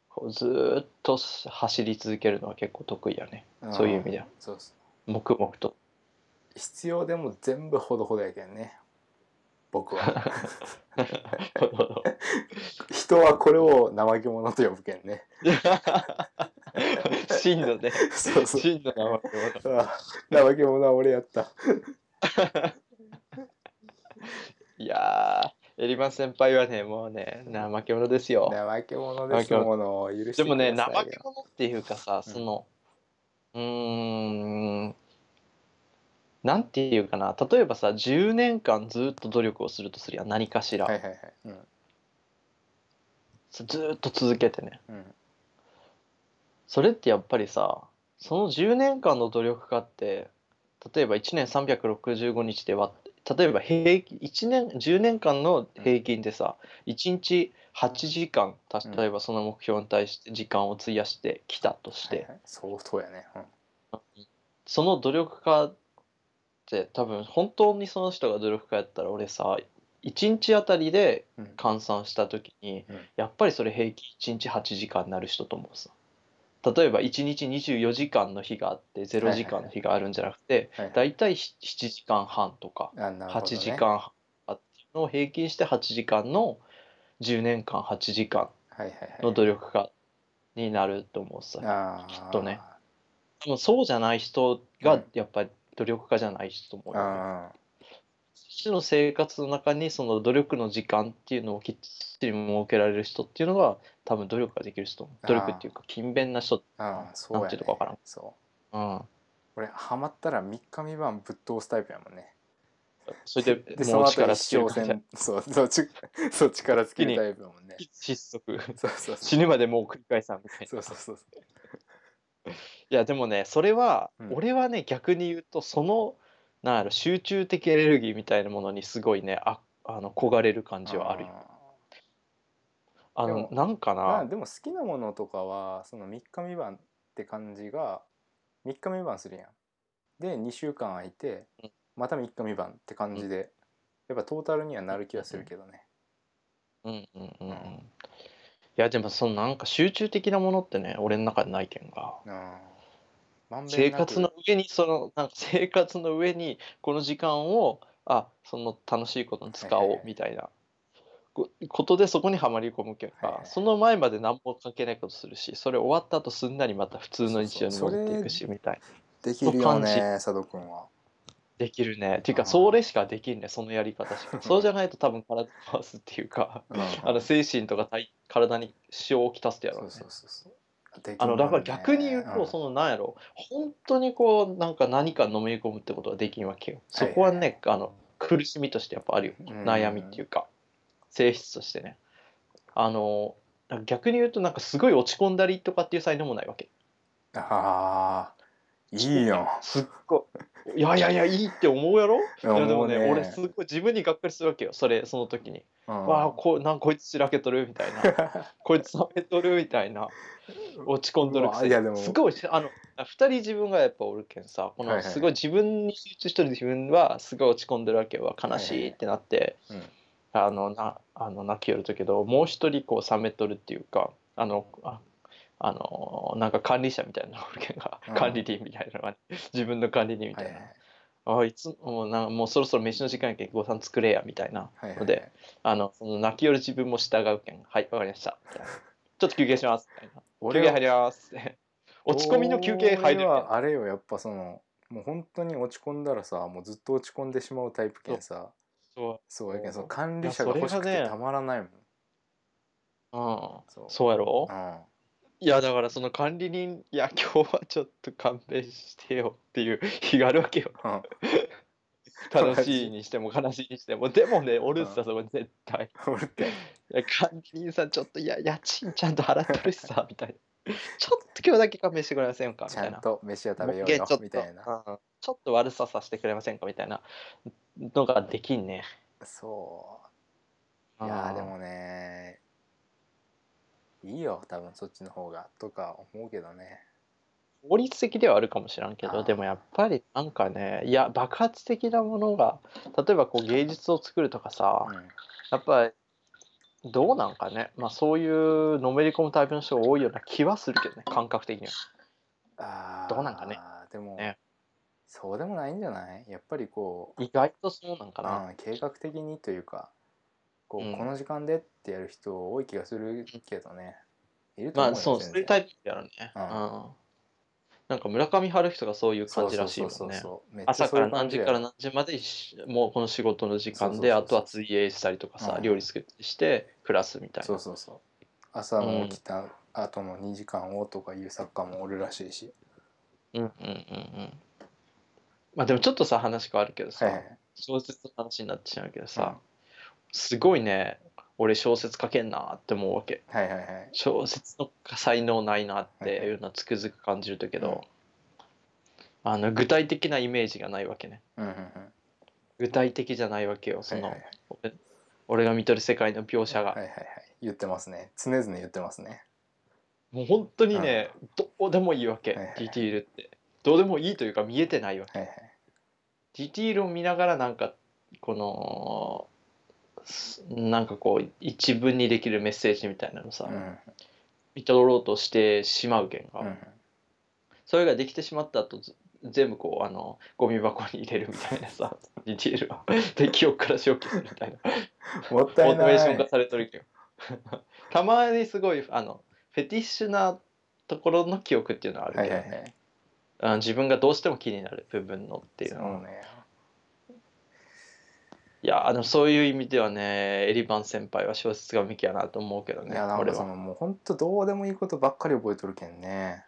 Speaker 2: こうずーっと走り続けるのは結構得意やね
Speaker 1: ん
Speaker 2: そういう意味では
Speaker 1: そうそう
Speaker 2: 黙々と *laughs*
Speaker 1: 必要でも全部ほどほどやけんね僕は *laughs* 人はこれを怠け者と呼ぶけんね
Speaker 2: 真のね
Speaker 1: *laughs* そうそう
Speaker 2: 真の名前を
Speaker 1: ああ怠け者は俺やった
Speaker 2: いやーエリマン先輩はねもうね怠け者ですよ
Speaker 1: 怠け者ですものを許して
Speaker 2: でもね
Speaker 1: くださいよ
Speaker 2: 怠け者っていうかさ
Speaker 1: うん
Speaker 2: そのうーんなんていうかな例えばさ10年間ずっと努力をするとすりゃ何かしら、
Speaker 1: はいはいはいうん
Speaker 2: ずーっと続けてね
Speaker 1: うん
Speaker 2: それってやっぱりさその10年間の努力家って例えば1年365日で割って例えば平均1年10年間の平均でさ1日8時間た
Speaker 1: うん
Speaker 2: 例えばその目標に対して時間を費やしてきたとして、
Speaker 1: はいはい相当やねうん
Speaker 2: その努力家って多分本当にその人が努力家やったら俺さ1日あたりで
Speaker 1: うん
Speaker 2: 換算した時に、
Speaker 1: うん
Speaker 2: やっぱりそれ平均1日8時間になる人と思うさ例えば1日24時間の日があって0時間の日があるんじゃなくて、
Speaker 1: はいはい
Speaker 2: だいたい7時間半とか
Speaker 1: あなるほどね
Speaker 2: 8時間半あっていうのを平均して8時間の10年間8時間
Speaker 1: はいはいはい
Speaker 2: の努力家になると思うさ、
Speaker 1: あ
Speaker 2: き
Speaker 1: ー
Speaker 2: っとねでもそうじゃない人がやっぱり努力家じゃない人と思うよ、
Speaker 1: あ
Speaker 2: 私の生活の中にその努力の時間っていうのをきっちり設けられる人っていうのが多分努力ができる人
Speaker 1: あー
Speaker 2: 努力っていうか勤勉な人
Speaker 1: ーあーそう
Speaker 2: な
Speaker 1: や
Speaker 2: んてい
Speaker 1: ね
Speaker 2: うのかわからん
Speaker 1: そう
Speaker 2: うん
Speaker 1: 俺ハマったら3日3晩ぶっ通すタイプやもんね
Speaker 2: それで
Speaker 1: でそ
Speaker 2: も
Speaker 1: の
Speaker 2: う
Speaker 1: 後
Speaker 2: 力
Speaker 1: 一
Speaker 2: 尽
Speaker 1: 生
Speaker 2: きる *laughs*
Speaker 1: 戦そうそうち *laughs* そう力尽きるタイプだもんね
Speaker 2: 失速
Speaker 1: そうそう
Speaker 2: *laughs*
Speaker 1: そ
Speaker 2: 死ぬまでもう繰り返さんみた
Speaker 1: う
Speaker 2: い
Speaker 1: そ
Speaker 2: な
Speaker 1: うそうそう
Speaker 2: いやでもねそれは、
Speaker 1: うん
Speaker 2: 俺はね逆に言うとそのなんやろ集中的エネルギーみたいなものにすごいねああの焦がれる感じはあるよあ
Speaker 1: で
Speaker 2: の
Speaker 1: も
Speaker 2: なんかな、
Speaker 1: まあでも好きなものとかはその3日3晩って感じが3日3晩するやんで2週間空いて
Speaker 2: うん
Speaker 1: また3日3晩って感じでやっぱトータルにはなる気はするけどね
Speaker 2: うんうんうんうん
Speaker 1: うん
Speaker 2: いやでもそのなんか集中的なものってね俺の中でないけんが
Speaker 1: うんまんべんなく
Speaker 2: 生活の上にそのなんか生活の上にこの時間をあその楽しいことに使
Speaker 1: はいはい
Speaker 2: お
Speaker 1: うはい
Speaker 2: みたいなこことでそこにはまり込むけん
Speaker 1: はい
Speaker 2: か
Speaker 1: はい
Speaker 2: その前まで何も関係ないことするしそれ終わった後すんなりまた普通の日常に
Speaker 1: そうそう
Speaker 2: 戻っていくしみたいな
Speaker 1: できるよ
Speaker 2: の
Speaker 1: ね
Speaker 2: 感
Speaker 1: 佐渡君は
Speaker 2: できるねっていう
Speaker 1: あ
Speaker 2: か
Speaker 1: ー
Speaker 2: それしかできんねそのやり方
Speaker 1: *laughs*
Speaker 2: しかそうじゃないと多分体壊すっていうか
Speaker 1: うん
Speaker 2: あの精神とか体体に支障をきたすってやろう
Speaker 1: そう
Speaker 2: ね
Speaker 1: そうそうそうできる
Speaker 2: あ
Speaker 1: も
Speaker 2: の
Speaker 1: んね
Speaker 2: だから逆に言うと、
Speaker 1: ん
Speaker 2: そのなんやろ本当にこうなんか何かのめり込むってことはできんわけよそこは
Speaker 1: はい
Speaker 2: ね、あの苦しみとしてやっぱあるよ
Speaker 1: うん
Speaker 2: 悩みっていうか、性質としてねあのなんか逆に言うとなんかすごい落ち込んだりとかっていう才能もないわけ
Speaker 1: ああいいよ
Speaker 2: すっごいいやいやいやいいって思うやろいやでもね俺すっごい自分にがっかりするわけよそれその時に、わあこなんかこいつ開けとるみたいな *laughs* こいつ冷めとるみたいな落ち込んどるくせ
Speaker 1: うわいやでも
Speaker 2: にすごいあの二人自分がやっぱおるけんさこ
Speaker 1: はい
Speaker 2: の
Speaker 1: はい
Speaker 2: すごい自分に集中してる自分はすごい落ち込んでるわけは悲しいってなって、
Speaker 1: はいはい
Speaker 2: あのなあの泣きよるとけどもう一人こう冷めとるっていうかあのああのなんか管理者みたいなのがおるけんが、
Speaker 1: うん
Speaker 2: 管理人みたいなのが、自分の管理人みたいな、あいつもうなもうそろそろ飯の時間やけんご飯作れやみたいな
Speaker 1: はいはいはい
Speaker 2: ので、あのその泣きよる自分も従うけんはいわかりましたみたいなちょっと休憩しますみたいな休憩入
Speaker 1: *laughs*
Speaker 2: りますって落ち込みの休憩入る
Speaker 1: 俺
Speaker 2: けん
Speaker 1: はあれよやっぱそのもう本当に落ち込んだらさもうずっと落ち込んでしまうタイプけんさ
Speaker 2: そ
Speaker 1: そうやけんその管理者が欲しく
Speaker 2: いやそれが
Speaker 1: て
Speaker 2: ね
Speaker 1: たまらないもん
Speaker 2: う,、う、
Speaker 1: そうん
Speaker 2: そうやろ
Speaker 1: うん
Speaker 2: いやだからその管理人いや今日はちょっと勘弁してよっていう日があるわけよ
Speaker 1: うん
Speaker 2: *laughs* 楽しいにしても悲しいにしてもでもねおるさそこに絶対
Speaker 1: *laughs* 俺って
Speaker 2: いや管理人さんちょっといや家賃ちゃんと払ってるしさみたいな
Speaker 1: *laughs*
Speaker 2: ちょっと今日だけ勘弁してくれませんかみ
Speaker 1: ち
Speaker 2: た
Speaker 1: ゃ
Speaker 2: いなん
Speaker 1: と飯は食べよう
Speaker 2: もう一回ちょ
Speaker 1: よ
Speaker 2: っと
Speaker 1: みたいな
Speaker 2: うんちょっと悪ささせてくれませんかみたいなのができんね。
Speaker 1: そういやーでもねいいよ多分そっちの方がとか思うけどね
Speaker 2: 法律的ではあるかもしらんけ
Speaker 1: あ
Speaker 2: ど
Speaker 1: ー
Speaker 2: でもやっぱりなんかねいや爆発的なものが例えばこう芸術を作るとかさ
Speaker 1: うん
Speaker 2: やっぱりどうなんかね、まあ、そういうのめり込むタイプの人が多いような気はするけどね感覚的には。
Speaker 1: あー
Speaker 2: どうなんかね
Speaker 1: でも
Speaker 2: ね
Speaker 1: そうでもないんじゃないやっぱりこう
Speaker 2: 意外とそうなんかな。
Speaker 1: うん、計画的にというかこう、
Speaker 2: うん
Speaker 1: この時間でってやる人多い気がするけどねいると
Speaker 2: ま
Speaker 1: 思うよ
Speaker 2: あそう、
Speaker 1: 全
Speaker 2: そう
Speaker 1: 然
Speaker 2: いうタイプやろね。
Speaker 1: う
Speaker 2: うんん。なんか村上春樹とかそういう感じらしいも
Speaker 1: そ
Speaker 2: ん
Speaker 1: う
Speaker 2: ね
Speaker 1: そうそうそうめっちゃ
Speaker 2: 朝
Speaker 1: そうい
Speaker 2: から
Speaker 1: う感
Speaker 2: 何
Speaker 1: じ
Speaker 2: 時
Speaker 1: や
Speaker 2: から何時までしもうこの仕事の時間
Speaker 1: そうそうそう
Speaker 2: で
Speaker 1: そう
Speaker 2: あとは水泳したりとかさ、
Speaker 1: うん
Speaker 2: 料理作ったりして暮らすみたい
Speaker 1: そ
Speaker 2: な
Speaker 1: うそうそう朝も起きた後の2時間をとかいう作家もおるらしいし、
Speaker 2: うんうんうんうんまあでもちょっとさ話変わるけどさ、
Speaker 1: はいはいはい
Speaker 2: 小説の話になってしまうけ
Speaker 1: う
Speaker 2: ど
Speaker 1: ん
Speaker 2: さ、すごいね俺小説書けんなって思うわけ
Speaker 1: はいはいはい
Speaker 2: 小説の才能ないなっていうのはつくづく感じるけど、あの具体的なイメージがないわけね
Speaker 1: うんうんうん
Speaker 2: 具体的じゃないわけよそ
Speaker 1: はい
Speaker 2: の、
Speaker 1: はいはい
Speaker 2: 俺俺が見とる世界の描写が、
Speaker 1: はいはいはい言ってますね常々言ってますね
Speaker 2: もう本当にね、どうでもいいわけ、
Speaker 1: はいはいはい
Speaker 2: ディティールってどうでもいいというか見えてないわけ
Speaker 1: はいはい
Speaker 2: ディティールを見ながらなんかこのすなんかこう一文にできるメッセージみたいなのさ、
Speaker 1: うん
Speaker 2: 見とろうとしてしまうけんが、
Speaker 1: うんうん
Speaker 2: それができてしまった後ず全部こうあのゴミ箱に入れるみたいな
Speaker 1: *laughs*
Speaker 2: さディティールはで記憶から消去するみたいな
Speaker 1: もっ
Speaker 2: オ
Speaker 1: た
Speaker 2: ー
Speaker 1: い
Speaker 2: トメーシ
Speaker 1: な
Speaker 2: ョン化
Speaker 1: い
Speaker 2: されとるけど *laughs* たまにすごいあのフェティッシュなところの記憶っていうのはあるけ
Speaker 1: は
Speaker 2: ど
Speaker 1: い
Speaker 2: ね、
Speaker 1: はいはい
Speaker 2: あの自分がどうしても気になる部分のってい
Speaker 1: そ
Speaker 2: う
Speaker 1: う
Speaker 2: のは
Speaker 1: ね
Speaker 2: いやあのそういう意味ではねエリバン先輩は小説が向きやなと思うけど
Speaker 1: い
Speaker 2: ね
Speaker 1: やなん
Speaker 2: 俺
Speaker 1: かそ
Speaker 2: は
Speaker 1: のもうほんとどうでもいいことばっかり覚えとるけんね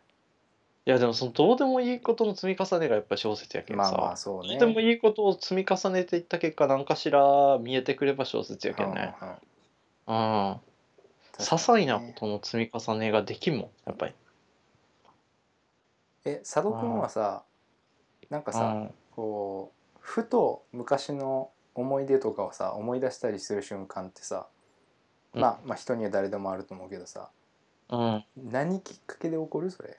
Speaker 2: いやでもそのどうでもいいことの積み重ねがやっぱ小説やけど
Speaker 1: ま
Speaker 2: さ、
Speaker 1: あまあそうね
Speaker 2: どうでもいいことを積み重ねていった結果何かしら見えてくれば小説やけんね
Speaker 1: うんうんうん
Speaker 2: うん些細なことの積み重ねができんもんやっぱり
Speaker 1: え佐渡君はさなんかさ、
Speaker 2: うん
Speaker 1: こうふと昔の思い出とかをさ思い出したりする瞬間ってさ、
Speaker 2: うん
Speaker 1: まあ、まあ人には誰でもあると思うけどさ
Speaker 2: うん
Speaker 1: 何きっかけで起こるそれ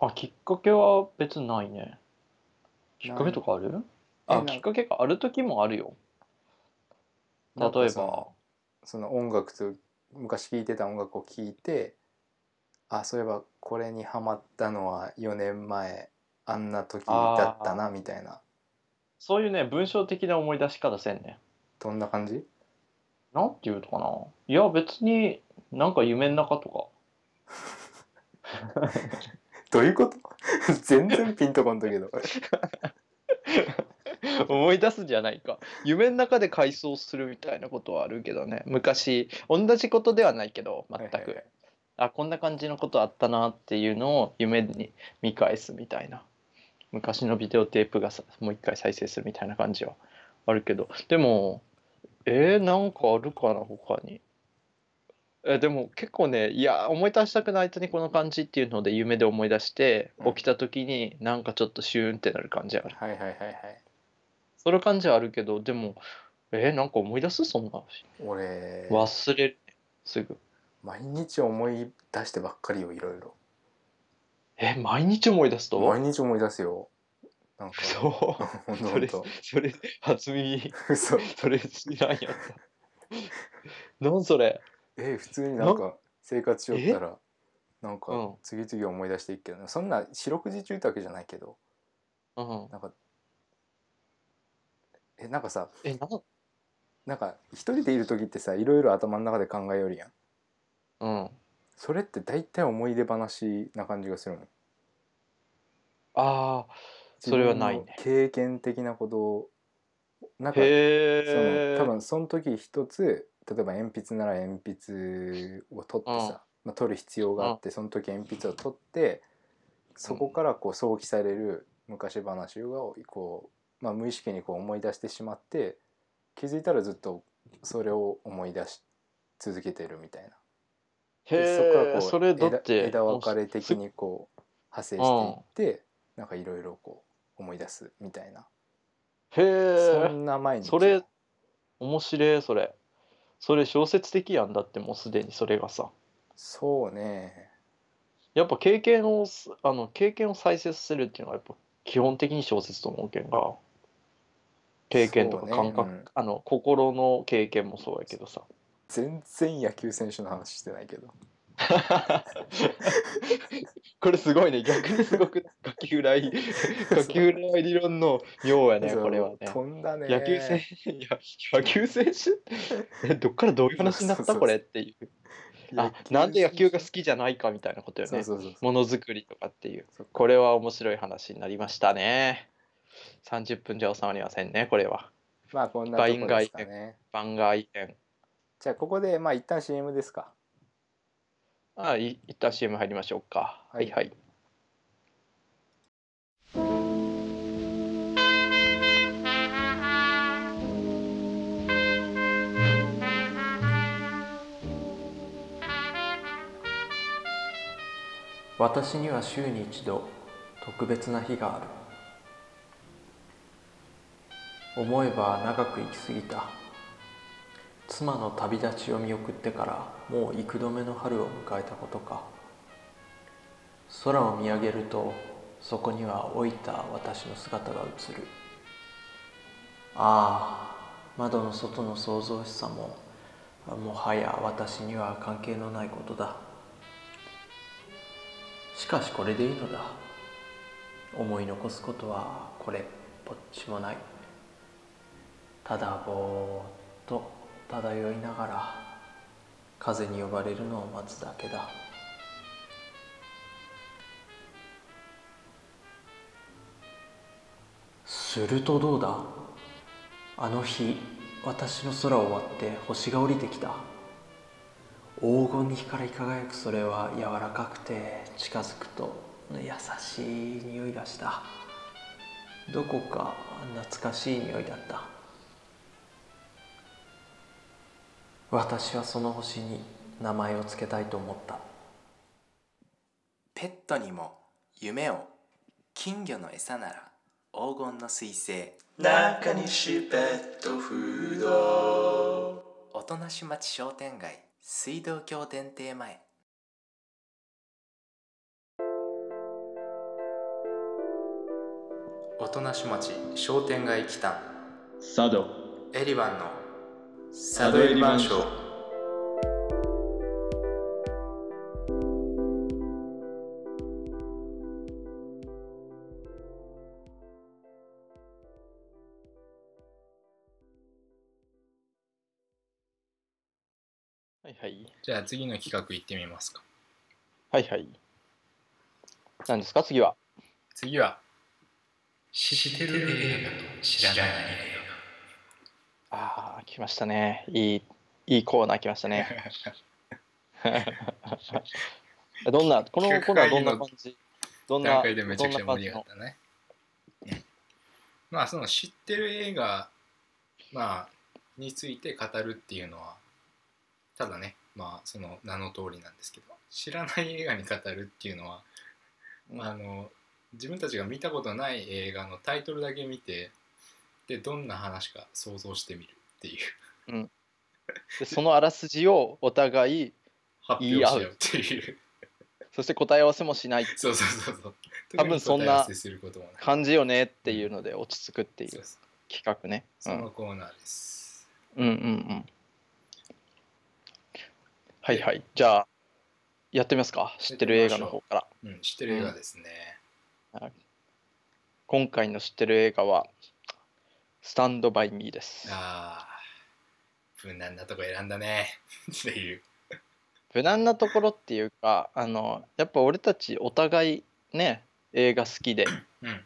Speaker 2: あきっかけは別にないねきっかけとかあるあ
Speaker 1: えな
Speaker 2: きっかけがある時もあるよ例
Speaker 1: なんか
Speaker 2: え
Speaker 1: そ
Speaker 2: ば
Speaker 1: のその音楽と昔聴いてた音楽を聴いてあそういえばこれにハマったのは4年前あんな時だったなみたいな
Speaker 2: そういうね文章的な思い出し方せんね
Speaker 1: どんな感じ
Speaker 2: なんていうのかないや別になんか夢の中とか
Speaker 1: どういうこと *laughs* 全然ピンとこんと
Speaker 2: *laughs*
Speaker 1: けど
Speaker 2: *laughs* 思い出すんじゃないか夢の中で回想するみたいなことはあるけどね昔同じことではないけど全く、
Speaker 1: はいはいはい
Speaker 2: あこんな感じのことあったなっていうのを夢に見返すみたいな昔のビデオテープがさもう一回再生するみたいな感じはあるけどでもえー、なんかあるかな他にえーでも結構ねいや思い出したくない間にこの感じっていうので夢で思い出して
Speaker 1: うん
Speaker 2: 起きた時になんかちょっとシューンってなる感じある
Speaker 1: はいはいはいはい
Speaker 2: その感じはあるけどでもえー、なんか思い出すそんな
Speaker 1: 俺
Speaker 2: 忘れるすぐ
Speaker 1: 毎日思い出してばっかりよいろいろ
Speaker 2: えー毎日思い出すと
Speaker 1: 毎日思い出すよなんか
Speaker 2: そう
Speaker 1: 本当
Speaker 2: それ
Speaker 1: 本当
Speaker 2: それ初耳
Speaker 1: 嘘
Speaker 2: それ知らんやったなんそれ
Speaker 1: え普通になんか生活しよったらなん
Speaker 2: う
Speaker 1: か
Speaker 2: ん
Speaker 1: 次々思い出していくけど、ね、そんな四六時中ってわけじゃないけど
Speaker 2: うん
Speaker 1: なんかえなんかさ
Speaker 2: えな
Speaker 1: なんか一人でいる時ってさいろいろ頭の中で考えよるやん
Speaker 2: うん
Speaker 1: それって大体思い出話な感じがするの
Speaker 2: ああそれはないね
Speaker 1: 自分の経験的なことをなんか
Speaker 2: へ
Speaker 1: その
Speaker 2: え
Speaker 1: 多分その時一つ例えば鉛筆なら鉛筆を取ってさ、
Speaker 2: うん
Speaker 1: まあ、取る必要があってその時鉛筆を取ってそこからこう想起される昔話をこう、まあ、無意識にこう思い出してしまって気づいたらずっとそれを思い出し続けてるみたいな。でそこから
Speaker 2: へ
Speaker 1: こ
Speaker 2: え
Speaker 1: う
Speaker 2: それだって
Speaker 1: 枝枝分かれ的
Speaker 2: もう
Speaker 1: にこう派生していって、なんかいろいろこう思い出すみたいな、
Speaker 2: す
Speaker 1: そ
Speaker 2: へ
Speaker 1: んな毎
Speaker 2: え
Speaker 1: 日
Speaker 2: それ面白いそれそれ小説的やんだってもうすでにそれがさ
Speaker 1: そうね
Speaker 2: やっぱ経験をすあの経験を再生させるっていうのはやっぱ基本的に小説と思うけんが経験とか感
Speaker 1: そう
Speaker 2: 覚、
Speaker 1: ねうん
Speaker 2: あの心の経験もそうやけどさ
Speaker 1: 全然野球選手の話してないけど
Speaker 2: *laughs* これすごいね逆にすごく書きフライ書きフライ理論の妙やね
Speaker 1: そう
Speaker 2: これはね
Speaker 1: 飛んだね
Speaker 2: 野
Speaker 1: *laughs*
Speaker 2: 球 *laughs* 選手いや野球選手えどっからどういう話になっ
Speaker 1: そうそうそ
Speaker 2: た
Speaker 1: う
Speaker 2: これっていうあなんで野球が好きじゃないかみたいなことよ
Speaker 3: そう
Speaker 2: ね
Speaker 3: そうそうそう
Speaker 2: ものづくりとかっていう
Speaker 3: そっか
Speaker 2: これは面白い話になりましたね30分じゃ収まりませんねこれは
Speaker 3: まあこんなとこですか
Speaker 2: バイン
Speaker 3: ね
Speaker 2: 番外編
Speaker 3: じゃあここでまあ一旦 CM ですか
Speaker 2: あい一旦 CM 入りましょうか
Speaker 3: は
Speaker 2: はいいはい
Speaker 4: 私には週に一度特別な日がある思えば長く生き過ぎた妻の旅立ちを見送ってからもう幾度目の春を迎えたことか空を見上げるとそこには老いた私の姿が映るああ窓の外の騒々しさももはや私には関係のないことだしかしこれでいいのだ思い残すことはこれっぽっちもないただぼーっと漂いながら風に呼ばれるのを待つだけだするとどうだあの日私の空を割って星が降りてきた黄金に光り輝くそれは柔らかくて近づくと優しい匂いがしたどこか懐かしい匂いだった私はその星に名前を付けたいと思った
Speaker 5: ペットにも夢を金魚の餌なら黄金の彗星中西ペットフードおとなし町商店街水道橋電停前おとなし町商店街北
Speaker 6: 佐渡
Speaker 5: エリバンのサ
Speaker 6: 佐渡エリバンショ
Speaker 2: はいはい
Speaker 1: じゃあ次の企画いってみますか
Speaker 2: はいはい何ですか次は
Speaker 1: 次は知ってる映画と知らない
Speaker 2: ああ来ましたねいいいいコーナー来まし
Speaker 4: *laughs*
Speaker 2: たねどんなこのコーナーどんな感じどんな
Speaker 1: 段階でめちゃくちゃ
Speaker 2: どん
Speaker 1: 盛
Speaker 2: な感
Speaker 1: り
Speaker 2: じ
Speaker 1: 上が
Speaker 2: の
Speaker 1: ったね。うんまあその知ってる映画、まあ、について語るっていうのはただねまあその名の通りなんですけど知らない映画に語るっていうのは、まあ、あの自分たちが見たことない映画のタイトルだけ見てでどんな話か想像してみるっていう
Speaker 2: でそのあらすじをお互い
Speaker 1: 発表しようっていう
Speaker 2: そして答え合わせもしない
Speaker 1: そうそうそうそう
Speaker 2: 多分そ
Speaker 1: 特に答
Speaker 2: んな
Speaker 1: え合わせすることもない
Speaker 2: 感じよねっていうので落ち着くってい
Speaker 1: そう
Speaker 2: う
Speaker 1: そう
Speaker 2: 企画ね、う
Speaker 1: そ
Speaker 2: ん、
Speaker 1: のコーナーです。
Speaker 2: うんうんうんはいはいじゃあやってみますか知ってる映画の方から
Speaker 1: うん、知ってる映画ですね。
Speaker 2: 今回の知ってる映画は「スタンド・バイ・ミー」です
Speaker 1: ああ、無難なとこ選んだね。 *laughs* っていう。
Speaker 2: 無難なところっていうかあのやっぱ俺たちお互いね映画好きで
Speaker 1: うん。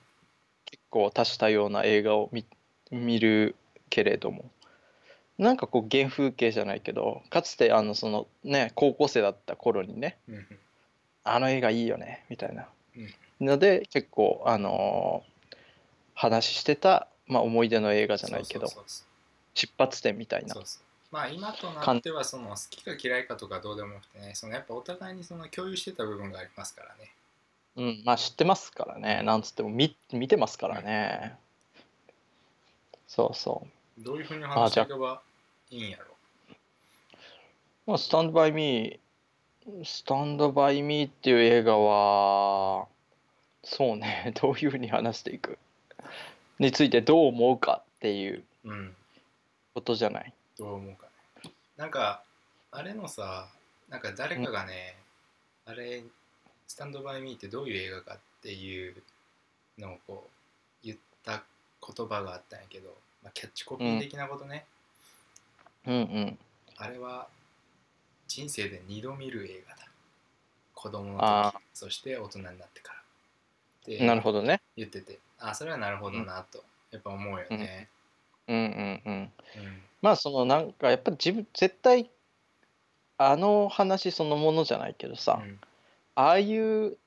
Speaker 2: 結構多種多様な映画を見見るけれどもなんかこう原風景じゃないけどかつてあのそのね高校生だった頃にね
Speaker 1: うんうん
Speaker 2: あの映画いいよねみたいな
Speaker 1: うん
Speaker 2: ので結構あのー話してた、まあ、思い出の映画じゃないけど
Speaker 1: そうそう
Speaker 2: 出発点みたいな
Speaker 1: そうそうそうまあ今となってはその好きか嫌いかとかどうでもよくてね、そのやっぱお互いにその共有してた部分がありますからね。
Speaker 2: うんまあ知ってますからねなんつっても見見てますからねそうそう
Speaker 1: どういうふうに話していけばいいんやろ。
Speaker 2: まあ、スタンドバイミー、スタンドバイミーっていう映画は、そうね、 *laughs* どういうふうに話していくについてどう思うかっていう
Speaker 1: うん。
Speaker 2: ことじゃない。
Speaker 1: どう思うかね。なんか、あれのさ、なんか誰かがね、あれ、スタンドバイミーってどういう映画かっていうのをこう言った言葉があったんやけど、まあ、キャッチコピー的なことね、
Speaker 2: うんうん。
Speaker 1: あれは人生で2度見る映画だ子供の
Speaker 2: あ
Speaker 1: 時そして大人になってからって
Speaker 2: なるほどね
Speaker 1: 言っててあそれはなるほどなとやっぱ思うよね、
Speaker 2: うんうんうん
Speaker 1: うん
Speaker 2: まあそのなんかやっぱり自分絶対あの話そのものじゃないけどさ、
Speaker 1: うん
Speaker 2: ああいう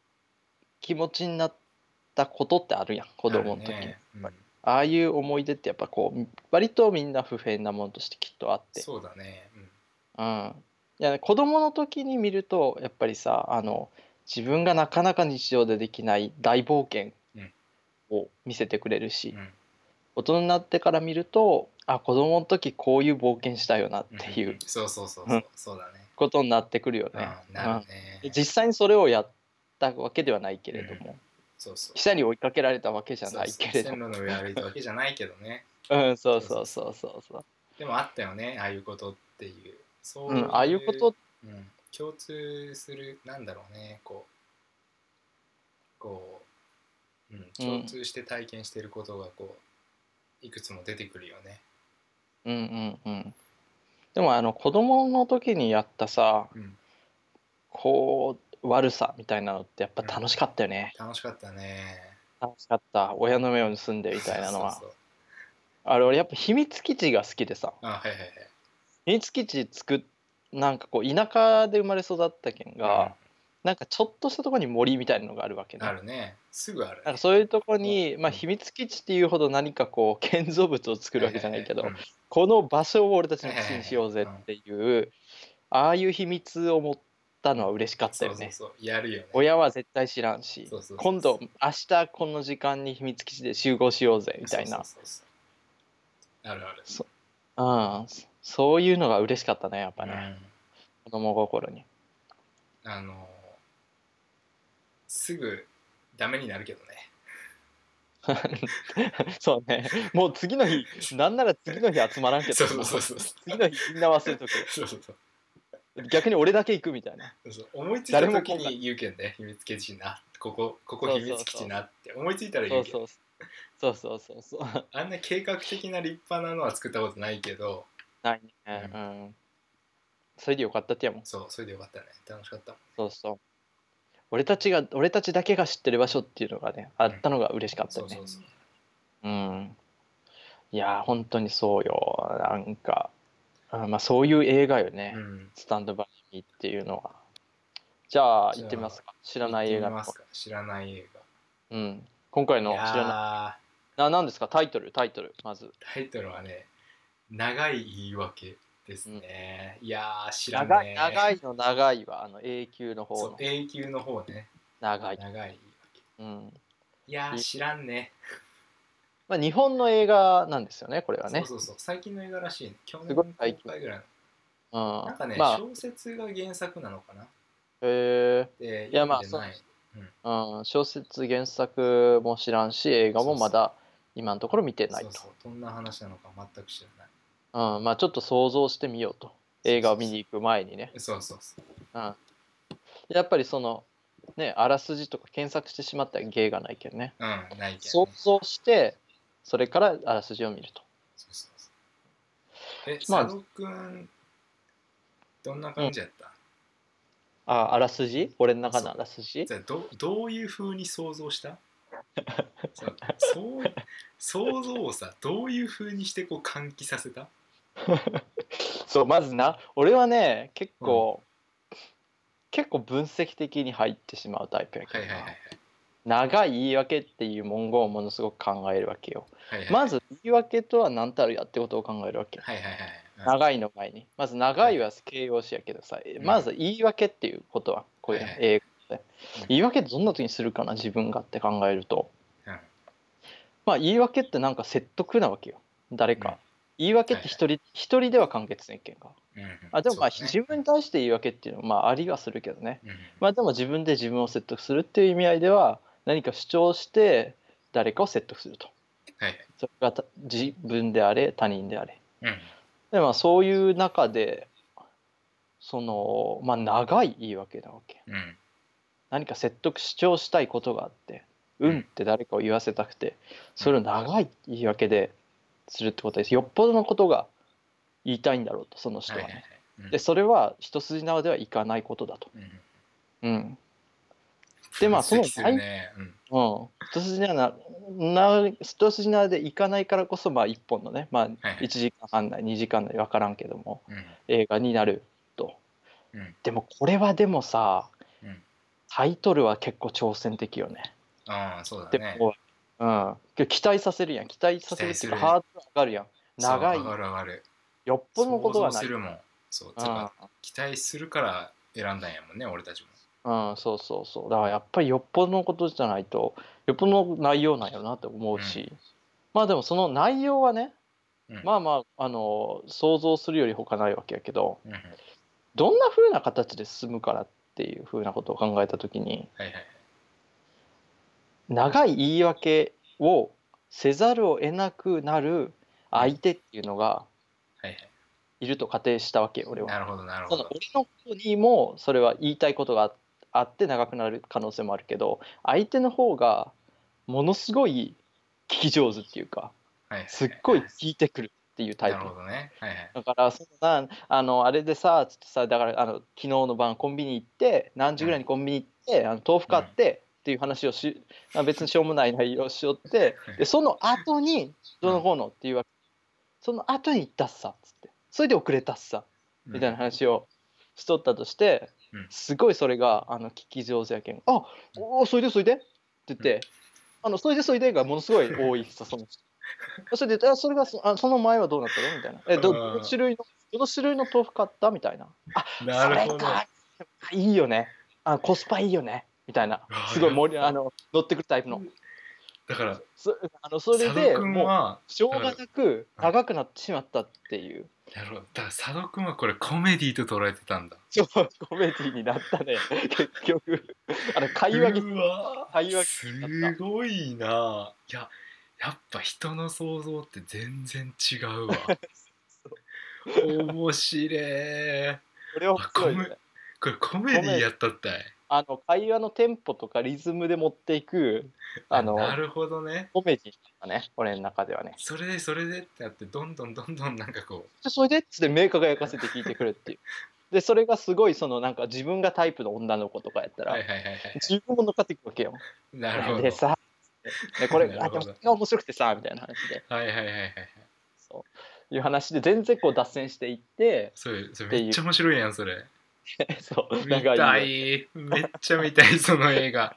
Speaker 2: 気持ちになったことってあるやん子供の時
Speaker 1: あ
Speaker 2: あ,、
Speaker 1: るねうん
Speaker 2: あいう思い出ってやっぱこう割とみんな不変なものとしてきっとあって
Speaker 1: そうだね、うん
Speaker 2: うん、いや子供の時に見るとやっぱりさあの自分がなかなか日常でできない大冒険
Speaker 1: うん
Speaker 2: を見せてくれるし、
Speaker 1: うん
Speaker 2: 大人になってから見るとあ子供の時こういう冒険したよなってい
Speaker 1: ん
Speaker 2: う
Speaker 1: そうそうそう
Speaker 2: う
Speaker 1: そうんそうだね
Speaker 2: ことになってくるよね。
Speaker 1: うんなるね
Speaker 2: うん実際にそれをやったわけではないけれども、
Speaker 1: そうそう
Speaker 2: 記者に追いかけられたわけじゃないけれど
Speaker 1: そうそう線路の上歩いたわけじゃないけどね
Speaker 2: うんそうそうそうそうそう、
Speaker 1: でもあったよねああいうことっていうそううい
Speaker 2: ん、ああいうこと、
Speaker 1: うん、共通するなんだろうねこうこう、うん、共通して体験してることがこういくつも出てくるよね、
Speaker 2: うんうんうん、でもあの子供の時にやったさ
Speaker 1: うん、
Speaker 2: こう悪さみたいなのってやっぱ楽しかったよね、
Speaker 1: 楽しかったね
Speaker 2: 楽しかった親の目を盗んでみたいなのは
Speaker 1: そうそうそう
Speaker 2: あれ俺やっぱ秘密基地が好きでさ
Speaker 1: あはいはいはい
Speaker 2: 秘密基地作っなんかこう田舎で生まれ育った県が、なんかちょっとしたところに森みたいなのがあるわけ
Speaker 1: うん
Speaker 2: ね
Speaker 1: あるねすぐある
Speaker 2: なんかそういうとこに、
Speaker 1: うん
Speaker 2: まあ、秘密基地っていうほど何かこう建造物を作るわけじゃないけど、
Speaker 1: ははは
Speaker 2: この場所を俺たちの基地にしようぜっていう、ああいう秘密を持ったのは嬉しかったよね
Speaker 1: そうそうそうやるよね
Speaker 2: 親は絶対知らんし
Speaker 1: そうそうそう
Speaker 2: 今度明日この時間に秘密基地で集合しようぜみたいな
Speaker 1: そうそうそうそうあるある
Speaker 2: そうんそそういうのが嬉しかったねやっぱね、
Speaker 1: うん
Speaker 2: 子供心に *laughs*
Speaker 1: あのすぐダメになるけどね
Speaker 2: そうねもう次の *laughs* 日なんなら次の日集まらんけど
Speaker 1: そうそうそうそう
Speaker 2: 次の日みんな忘れとく
Speaker 1: そうそうそう
Speaker 2: 逆に俺だけ行くみたいな
Speaker 1: そう思いついた時に言うけんね秘密基地なここここ
Speaker 2: そう
Speaker 1: 秘
Speaker 2: そうそう
Speaker 1: 密基地なって思いついたら
Speaker 2: そ
Speaker 1: 言
Speaker 2: う
Speaker 1: うけど
Speaker 2: そうそうそうそうそうそう *laughs*
Speaker 1: あんな計画的な立派なのは作ったことないけど
Speaker 2: ないねうんそれでよかったってやもん
Speaker 1: そうそれでよかったね楽しかった
Speaker 2: そうそう俺たちが俺たちだけが知ってる場所っていうのがねあったのが嬉しかった
Speaker 1: そ
Speaker 2: よ
Speaker 1: う
Speaker 2: ね
Speaker 1: そうそう
Speaker 2: うんいやー本当にそうよなんかあまあそういう映画よね、
Speaker 1: うん
Speaker 2: スタンドバイミーっていうのはじゃあ
Speaker 1: じゃあ
Speaker 2: 行ってみますか知
Speaker 1: 知
Speaker 2: らない映画の
Speaker 1: ますか知らない映
Speaker 2: うん今
Speaker 1: 画
Speaker 2: 回の
Speaker 1: い
Speaker 2: 知らない
Speaker 1: や
Speaker 2: な何ですかタイトルタイトルまず
Speaker 1: ータイトルはね長い言い訳ですね、いやー知ら
Speaker 2: 長
Speaker 1: ないい
Speaker 2: 長いの長いはあの永久の方
Speaker 1: そう
Speaker 2: の
Speaker 1: 永久の方ね
Speaker 2: 長い、
Speaker 1: 長い言い訳
Speaker 2: うん
Speaker 1: いやー知らんね
Speaker 2: まあ、日本の映画なんですよねこれはね
Speaker 1: そうそうそう最近の映画らしいね去
Speaker 2: す
Speaker 1: 年
Speaker 2: ごい
Speaker 1: 公
Speaker 2: 最近
Speaker 1: 開ぐらいの
Speaker 2: うん
Speaker 1: なんかね、
Speaker 2: まあ
Speaker 1: 小説が原作なのかな
Speaker 2: へえ
Speaker 1: で
Speaker 2: いやまあ
Speaker 1: 読んでない
Speaker 2: うん、小説原作も知らんし映画もまだ今のところ見てない
Speaker 1: そう
Speaker 2: と
Speaker 1: そうどんな話なのか全く知らない
Speaker 2: うんまあ、ちょっと想像してみようと映画を見に行く前にね、
Speaker 1: そうそうそう
Speaker 2: うん、やっぱりそのねあらすじとか検索してしまったら芸がないけどね
Speaker 1: うんないけど、
Speaker 2: 想
Speaker 1: ね、
Speaker 2: 像してそれからあらすじを見ると
Speaker 1: そうそうそうえ
Speaker 2: まあ
Speaker 1: 佐渡くんどんな感じやった、
Speaker 2: ああらすじ俺の中のあらすじ *laughs*
Speaker 1: じゃあどどういうふうに想像したそうそう想像をさどういうふうにしてこう喚起させた
Speaker 2: そうまずな俺はね結構、結構分析的に入ってしまうタイプやけ
Speaker 1: はい
Speaker 2: ど
Speaker 1: はい
Speaker 2: な、
Speaker 1: はいはい
Speaker 2: 長い言い訳っていう文言をものすごく考えるわけよ、
Speaker 1: はいはい
Speaker 2: まず言い訳とは何たるやってことを考えるわけ、
Speaker 1: はいはいはいはい
Speaker 2: 長いの前にまず長いは形容詞やけどさ、
Speaker 1: ん
Speaker 2: まず言い訳っていうことはこれ、
Speaker 1: はいはい
Speaker 2: 英語で
Speaker 1: うん
Speaker 2: 言い訳ってどんな時にするかな自分がって考えると
Speaker 1: うんうん
Speaker 2: まあ言い訳ってなんか説得なわけよ誰か、
Speaker 1: うん
Speaker 2: 言い訳って一人、一人では完結せんけんが
Speaker 1: うん
Speaker 2: あでもまあ、
Speaker 1: そうだね
Speaker 2: 自分に対して言い訳っていうのはまあありはするけどね
Speaker 1: うんうん
Speaker 2: まあでも自分で自分を説得するっていう意味合いでは何か主張して誰かを説得すると
Speaker 1: はいはい
Speaker 2: それがた自分であれ他人であれ
Speaker 1: うん
Speaker 2: でまあそういう中でそのまあ長い言い訳なわけ
Speaker 1: うん
Speaker 2: 何か説得主張したいことがあってうんって誰かを言わせたくてそれを長い言い訳でするってことですよっぽどのことが言いたいんだろうとその人
Speaker 1: はい
Speaker 2: は
Speaker 1: はいは
Speaker 2: ね
Speaker 1: いうん
Speaker 2: でそれは一筋縄ではいかないことだと。
Speaker 1: うん
Speaker 2: うん、でまあその
Speaker 1: 分析するねうん
Speaker 2: うん、一筋縄なな一筋縄でいかないからこそ、まあ、一本のね、まあ、
Speaker 1: はい
Speaker 2: 1時間半内2時間内分からんけども
Speaker 1: うん
Speaker 2: 映画になると、
Speaker 1: うん
Speaker 2: でもこれはでもさ、
Speaker 1: うん
Speaker 2: タイトルは結構挑戦的よね
Speaker 1: ああそうだ
Speaker 2: で
Speaker 1: ね
Speaker 2: も、うん、けど期待させるやん期待させるっていうか
Speaker 1: 期待する
Speaker 2: ハードル上がるやん長い
Speaker 1: そう上がる上がる
Speaker 2: よっぽどのことは
Speaker 1: 想像
Speaker 2: な
Speaker 1: す
Speaker 2: い
Speaker 1: るもんそうつう
Speaker 2: あ
Speaker 1: か期待するから選んだんやもんね俺たちも
Speaker 2: うん、そうそうそうだからやっぱりよっぽどのことじゃないとよっぽどの内容なんやろなって思うし、まあでもその内容はね、
Speaker 1: うん
Speaker 2: まあまああの想像するより他ないわけやけど
Speaker 1: うんうん
Speaker 2: どんな風な形で進むからっていう風なことを考えた時に
Speaker 1: はいはい
Speaker 2: 長い言い訳をせざるを得なくなる相手っていうのが
Speaker 1: はいはい
Speaker 2: いると仮定したわけよ俺は。
Speaker 1: なるほどなる
Speaker 2: そ
Speaker 1: ほ
Speaker 2: の
Speaker 1: ど
Speaker 2: 俺の方にもそれは言いたいことがああって長くなる可能性もあるけど相手の方がものすごい聞き上手っていうか
Speaker 1: はいはい
Speaker 2: すっごい聞いてくるっていうタイ
Speaker 1: な
Speaker 2: プ
Speaker 1: るほどねはいはい
Speaker 2: だからそのなあのあれでさつってさだからあの昨日の晩コンビニ行って何時ぐらいにコンビニ行ってあの豆腐買ってっていう話をしあ別にしょうもない内容をしよってでその後にどうのこうのっていうわけその後に行ったっさっつってそれで遅れたっさみたいな話をしとったとして、
Speaker 1: うん
Speaker 2: すごいそれがあの聞き上手やけん「あおーそいでそいで」って言って「あのそいでそいで」がものすごい多いさその人 *laughs* それであ「それがそあその前はどうなったの?」みたいな「えど
Speaker 1: あー
Speaker 2: どの種類のどの種類の豆腐買った?」みたいな「あ
Speaker 1: うん
Speaker 2: そ
Speaker 1: なる
Speaker 2: れ
Speaker 1: ほど
Speaker 2: かいいよねあコスパいいよね」みたいな
Speaker 1: あー
Speaker 2: すごい盛りあの乗ってくるタイプの
Speaker 1: だから
Speaker 2: そあのそれ
Speaker 1: 佐
Speaker 2: で
Speaker 1: 渡君
Speaker 2: もう
Speaker 1: は
Speaker 2: しょうがなく長くなってしまったっていう
Speaker 1: なるほどだから佐渡君はこれコメディと捉えてたんだ
Speaker 2: そうコメディになったね *laughs* 結局あの会話に
Speaker 1: うわ
Speaker 2: 会話
Speaker 1: すごいないややっぱ人の想像って全然違う
Speaker 2: *laughs*
Speaker 1: わ面白え
Speaker 2: これはすご
Speaker 1: あ
Speaker 2: いよ
Speaker 1: ごめ
Speaker 2: ね
Speaker 1: んこれコメディやったったい
Speaker 2: あの会話のテンポとかリズムで持っていくあの
Speaker 1: なるほどね
Speaker 2: コメディとかね俺の中ではね
Speaker 1: それでそれでってやってどんどんどんどんなんかこ
Speaker 2: でそれでっつって目輝かせて聞いてくるっていうでそれがすごいそのなんか自分がタイプの女の子とかやった
Speaker 1: う
Speaker 2: ら、
Speaker 1: はいはいはいはい
Speaker 2: 自分も乗っかっていくわけよ
Speaker 1: なるほど
Speaker 2: でさでこれ
Speaker 1: な
Speaker 2: あ
Speaker 1: るほど
Speaker 2: でもこれが面白くてさみたいな話で
Speaker 1: はいはいはいはい
Speaker 2: そういう話で全然こう脱線していって *laughs*
Speaker 1: それそれめっちゃ面白いやんそれ
Speaker 2: そう
Speaker 1: 見
Speaker 2: 長い
Speaker 1: たいめっちゃ見たいその映画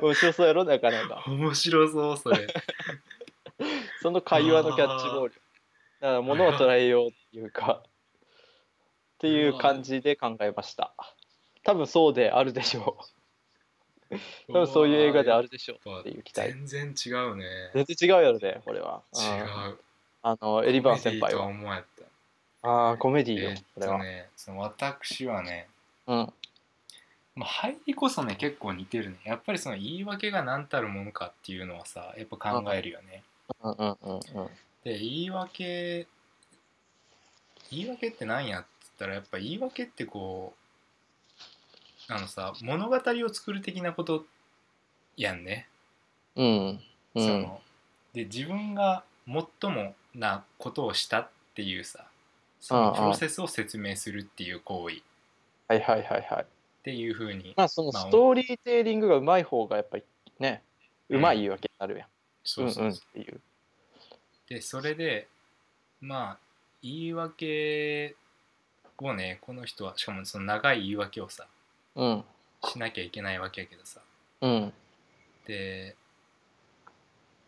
Speaker 2: 面白そうやろなかなか
Speaker 1: 面白そうそれ
Speaker 2: その会話のキャッチボールだから物を捉えようってい
Speaker 1: *laughs*
Speaker 2: うかっていう感じで考えました多分そうであるでしょう多分 *laughs* そういう映画であるでしょうっていう期待
Speaker 1: 全然違うね
Speaker 2: 全然違うやろねこれはうん
Speaker 1: 違う
Speaker 2: あのエリバーン先
Speaker 1: コメ
Speaker 2: 輩
Speaker 1: ディと
Speaker 2: は
Speaker 1: 思えた
Speaker 2: ああコメディー
Speaker 1: え
Speaker 2: よ
Speaker 1: ーっ
Speaker 2: これ
Speaker 1: と
Speaker 2: は
Speaker 1: ねその私はね
Speaker 2: うん
Speaker 1: まあ入りこそね結構似てるねやっぱりその言い訳が何たるものかっていうのはさやっぱ考えるよね
Speaker 2: うんうんうんうん
Speaker 1: で言い訳言い訳ってなんやっつったらやっぱ言い訳ってこうあのさ物語を作る的なことやんね、
Speaker 2: うん
Speaker 1: そ
Speaker 2: うん
Speaker 1: ので自分が最もなことをしたっていうさそ
Speaker 2: うんう
Speaker 1: の
Speaker 2: ん
Speaker 1: プロセスを説明するっていう行為っ
Speaker 2: はいはいはいはい
Speaker 1: ていうふうに
Speaker 2: まあそのストーリーテーリングがうまい方がやっぱりねうまい言い訳になるやん
Speaker 1: そううんそうそう
Speaker 2: うんっていう
Speaker 1: でそれでまあ言い訳をねこの人はしかもその長い言い訳をさ
Speaker 2: うん
Speaker 1: しなきゃいけないわけやけどさ
Speaker 2: うん
Speaker 1: で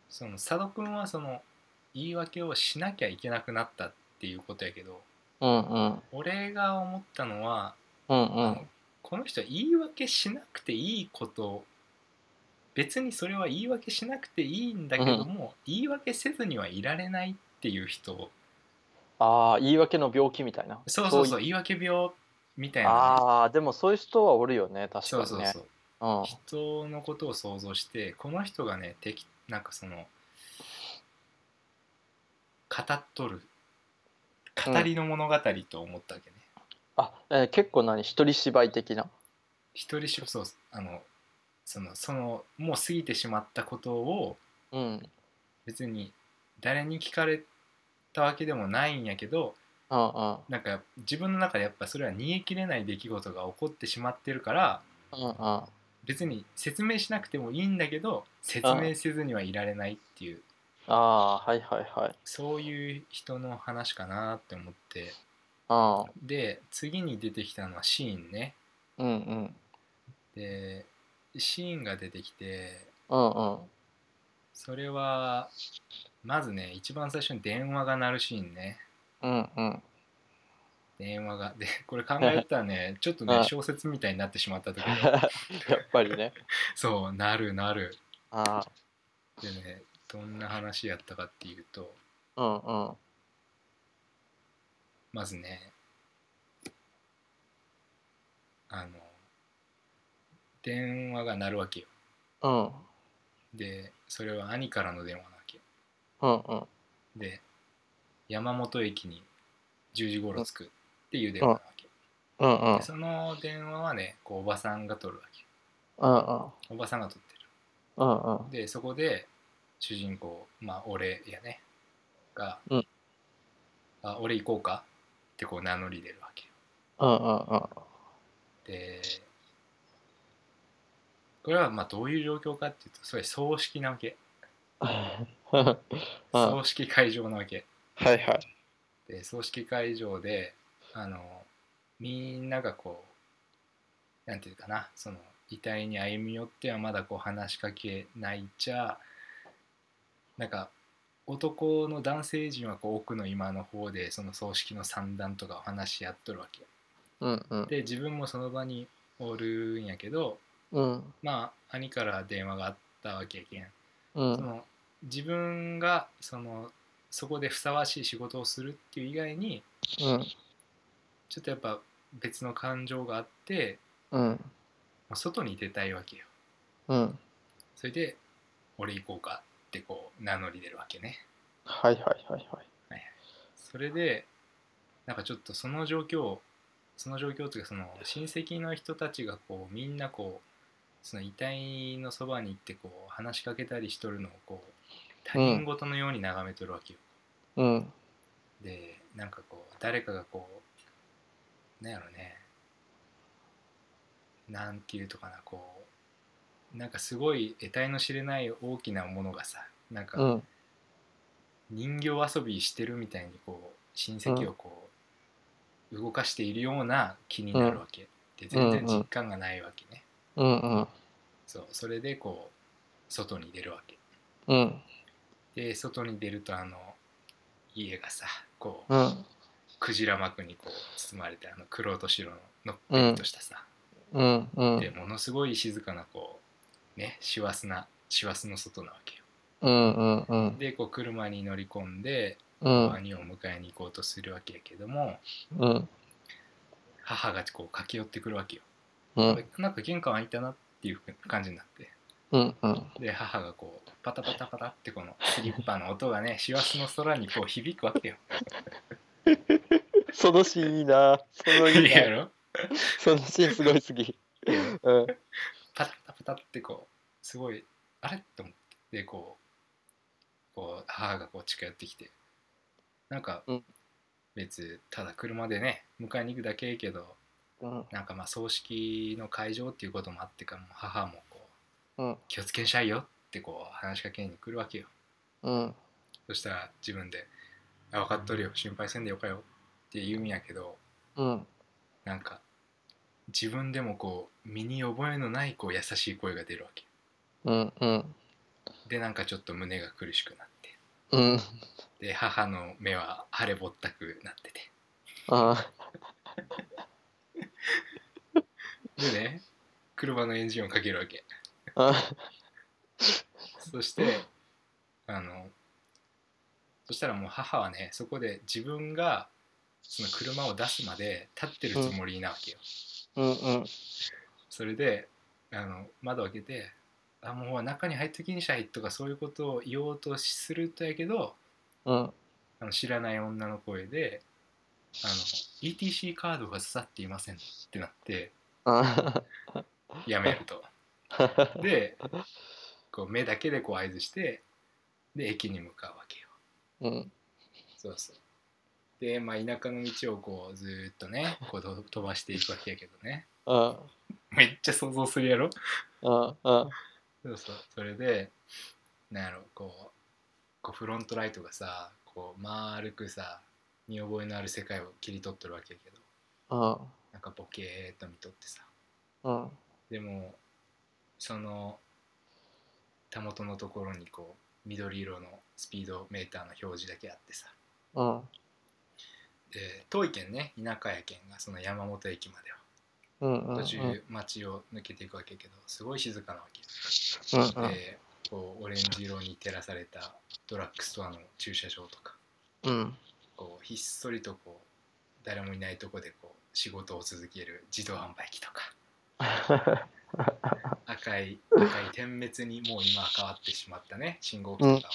Speaker 1: その佐渡君はその言い訳をしなきゃいけなくなったっていうことやけど
Speaker 2: うんうん
Speaker 1: 俺が思ったのは、
Speaker 2: うんう
Speaker 1: あ
Speaker 2: ん
Speaker 1: のこの人は言い訳しなくていいこと別にそれは言い訳しなくていいんだけども、言い訳せずにはいられないっていう人を
Speaker 2: ああ言い訳の病気みたいな
Speaker 1: そうそうそう
Speaker 2: い
Speaker 1: 言い訳病みたいなね、
Speaker 2: ああでもそういう人はおるよね確か
Speaker 1: そう
Speaker 2: に
Speaker 1: そう
Speaker 2: ね
Speaker 1: そう
Speaker 2: うん
Speaker 1: 人のことを想像してこの人がね敵なんかその語っとる
Speaker 2: うん
Speaker 1: 語りの物語と思ったわけね、
Speaker 2: あえー結構何一人芝居的な
Speaker 1: 一人しそうあのそのそのもう過ぎてしまったことを
Speaker 2: うん
Speaker 1: 別に誰に聞かれたわけでもないんやけど
Speaker 2: うん
Speaker 1: なんか自分の中でやっぱそれは逃げきれない出来事が起こってしまってるから
Speaker 2: うんうん
Speaker 1: 別に説明しなくてもいいんだけど説明せずにはいられないっていう
Speaker 2: ああーはいはいはい
Speaker 1: そういう人の話かなって思って
Speaker 2: あ
Speaker 1: で次に出てきたのはシーンね
Speaker 2: ーうんうん
Speaker 1: でシーンが出てきて
Speaker 2: うんうん
Speaker 1: それはまずね一番最初に電話が鳴るシーンね
Speaker 2: うんうん *laughs*
Speaker 1: 電話がで *laughs* これ考えたらねちょっと
Speaker 2: う
Speaker 1: ね
Speaker 2: ん
Speaker 1: 小説みたいになってしまった時
Speaker 2: *laughs* やっぱりね
Speaker 1: そうなるなる
Speaker 2: あ
Speaker 1: でねどんな話やったかっていうと
Speaker 2: あうんうん
Speaker 1: まずねあの電話が鳴るわけよ
Speaker 2: うん
Speaker 1: でそれは兄からの電話なわけ
Speaker 2: うんうん
Speaker 1: で山本駅に10時頃着くっていう電話なわけ、
Speaker 2: うんうん
Speaker 1: でその電話はねこうおばさんが取るわ
Speaker 2: うんうん
Speaker 1: けおばさんが取って
Speaker 2: うんう
Speaker 1: る
Speaker 2: ん
Speaker 1: でそこで主人公まあ俺やねが「
Speaker 2: うん
Speaker 1: あ俺行こうか」ってこう名乗り出るわけよ
Speaker 2: うんうんうん
Speaker 1: でこれはまあどういう状況かっていうとそれ葬式なわけ
Speaker 2: うん
Speaker 1: 葬式会場なわけ
Speaker 2: はいはい。
Speaker 1: で葬式会場であのみんながこうなんていうかなその遺体に歩み寄ってはまだこう話しかけないちゃなんか男の男性陣はこう奥の今の方でその葬式の三段とかお話し合っとるわけ
Speaker 2: うんうん。
Speaker 1: で自分もその場におるんやけど
Speaker 2: うん
Speaker 1: まあ兄から電話があったわけやけん
Speaker 2: う
Speaker 1: そ
Speaker 2: ん
Speaker 1: の自分がそのそこでふさわしい仕事をするっていう以外に
Speaker 2: うん
Speaker 1: ちょっとやっぱ別の感情があって
Speaker 2: うん
Speaker 1: まあ外に出たいわけよ
Speaker 2: うん。
Speaker 1: それで「俺行こうか」ってこう名乗り出るわけね
Speaker 2: はいはいはいはい。
Speaker 1: それでなんかちょっとその状況をその状況というかその親戚の人たちがこうみんなこうその遺体のそばに行ってこう話しかけたりしとるのをこう他人事のように眺めとるわけよ、
Speaker 2: うん
Speaker 1: でなんかこう誰かがこうなんやろねなんていうとかなこうなんかすごい得体の知れない大きなものがさなん
Speaker 2: う
Speaker 1: か
Speaker 2: ん
Speaker 1: 人形遊びしてるみたいにこう親戚をこう動かしているような気になるわけ、で全然実感がないわけね、
Speaker 2: うんうん
Speaker 1: そうそれでこう外に出るわけ
Speaker 2: うん
Speaker 1: で外に出るとあの家がさこう
Speaker 2: うん
Speaker 1: クジラ膜にこう包まれてあの黒と白ののっぺりとしたさ、
Speaker 2: うんうんうん
Speaker 1: でものすごい静かなこうね師走な師走の外なわけよ
Speaker 2: うんうん
Speaker 1: でこう車に乗り込んで
Speaker 2: うん
Speaker 1: 兄を迎えに行こうとするわけやけども
Speaker 2: うん
Speaker 1: 母がこう駆け寄ってくるわけよ、
Speaker 2: うん
Speaker 1: なんか玄関開いたなっていう感じになって
Speaker 2: うんうん
Speaker 1: で母がこうパタパタパタってこのスリッパの音がね師走の空にこう響くわけよ
Speaker 2: そのシーンいいな。 *laughs* その
Speaker 1: い
Speaker 2: い
Speaker 1: い
Speaker 2: い
Speaker 1: や
Speaker 2: な。
Speaker 1: ろ
Speaker 2: そのシーンすごい好き。うん
Speaker 1: パタパタパタってこうすごいあれと思ってでこうこう母がこう近寄ってきてなんか
Speaker 2: うん
Speaker 1: 別ただ車でね迎えに行くだけやけど
Speaker 2: うん
Speaker 1: なんかまあ葬式の会場っていうこともあってかもう母もこう
Speaker 2: うん
Speaker 1: 気をつけんしゃいよってこう話しかけに来るわけよ
Speaker 2: うん
Speaker 1: そしたら自分で「あ分かっとるよ心配せんでよかよ」って言うんやけど
Speaker 2: うん
Speaker 1: なんか自分でもこう身に覚えのないこう優しい声が出るわけ
Speaker 2: うんうん
Speaker 1: でなんかちょっと胸が苦しくなって
Speaker 2: うん
Speaker 1: で母の目は腫れぼったくなってて
Speaker 2: あ
Speaker 1: でね車のエンジンをかけるわけ
Speaker 2: あ
Speaker 1: そしてあのそしたらもう母はねそこで自分がその車を出すまで立ってるつもりなわけよ
Speaker 2: うんうん
Speaker 1: それであの窓を開けて「あもう中に入っときにしゃい」とかそういうことを言おうとするとやけど
Speaker 2: うん
Speaker 1: あの知らない女の声で「あの ETC カードが刺さっていません」ってなって
Speaker 2: あ
Speaker 1: やめると。でこう目だけでこう合図してで駅に向かうわけよ
Speaker 2: うん
Speaker 1: そうそうで、まあ、田舎の道をこうずーっとねこうと飛ばしていくわけやけどね
Speaker 2: うん
Speaker 1: めっちゃ想像するやろ
Speaker 2: うんうん
Speaker 1: そうそうそれでなんやろこうこうフロントライトがさこう丸くさ見覚えのある世界を切り取っとるわけやけど
Speaker 2: うん
Speaker 1: なんかボケーっと見とってさ
Speaker 2: うん
Speaker 1: でもそのたもとのところにこう緑色のスピードメーターの表示だけあってさ
Speaker 2: うん
Speaker 1: で遠い県ね田舎や県がその山本駅までは
Speaker 2: うんうんうん
Speaker 1: 途中町を抜けていくわけやけどすごい静かなわけでこうオレンジ色に照らされたドラッグストアの駐車場とか
Speaker 2: うん
Speaker 1: こうひっそりとこう誰もいないとこでこう仕事を続ける自動販売機とか赤い赤い点滅にもう今は変わってしまったね信号機とかを
Speaker 2: うん
Speaker 1: こう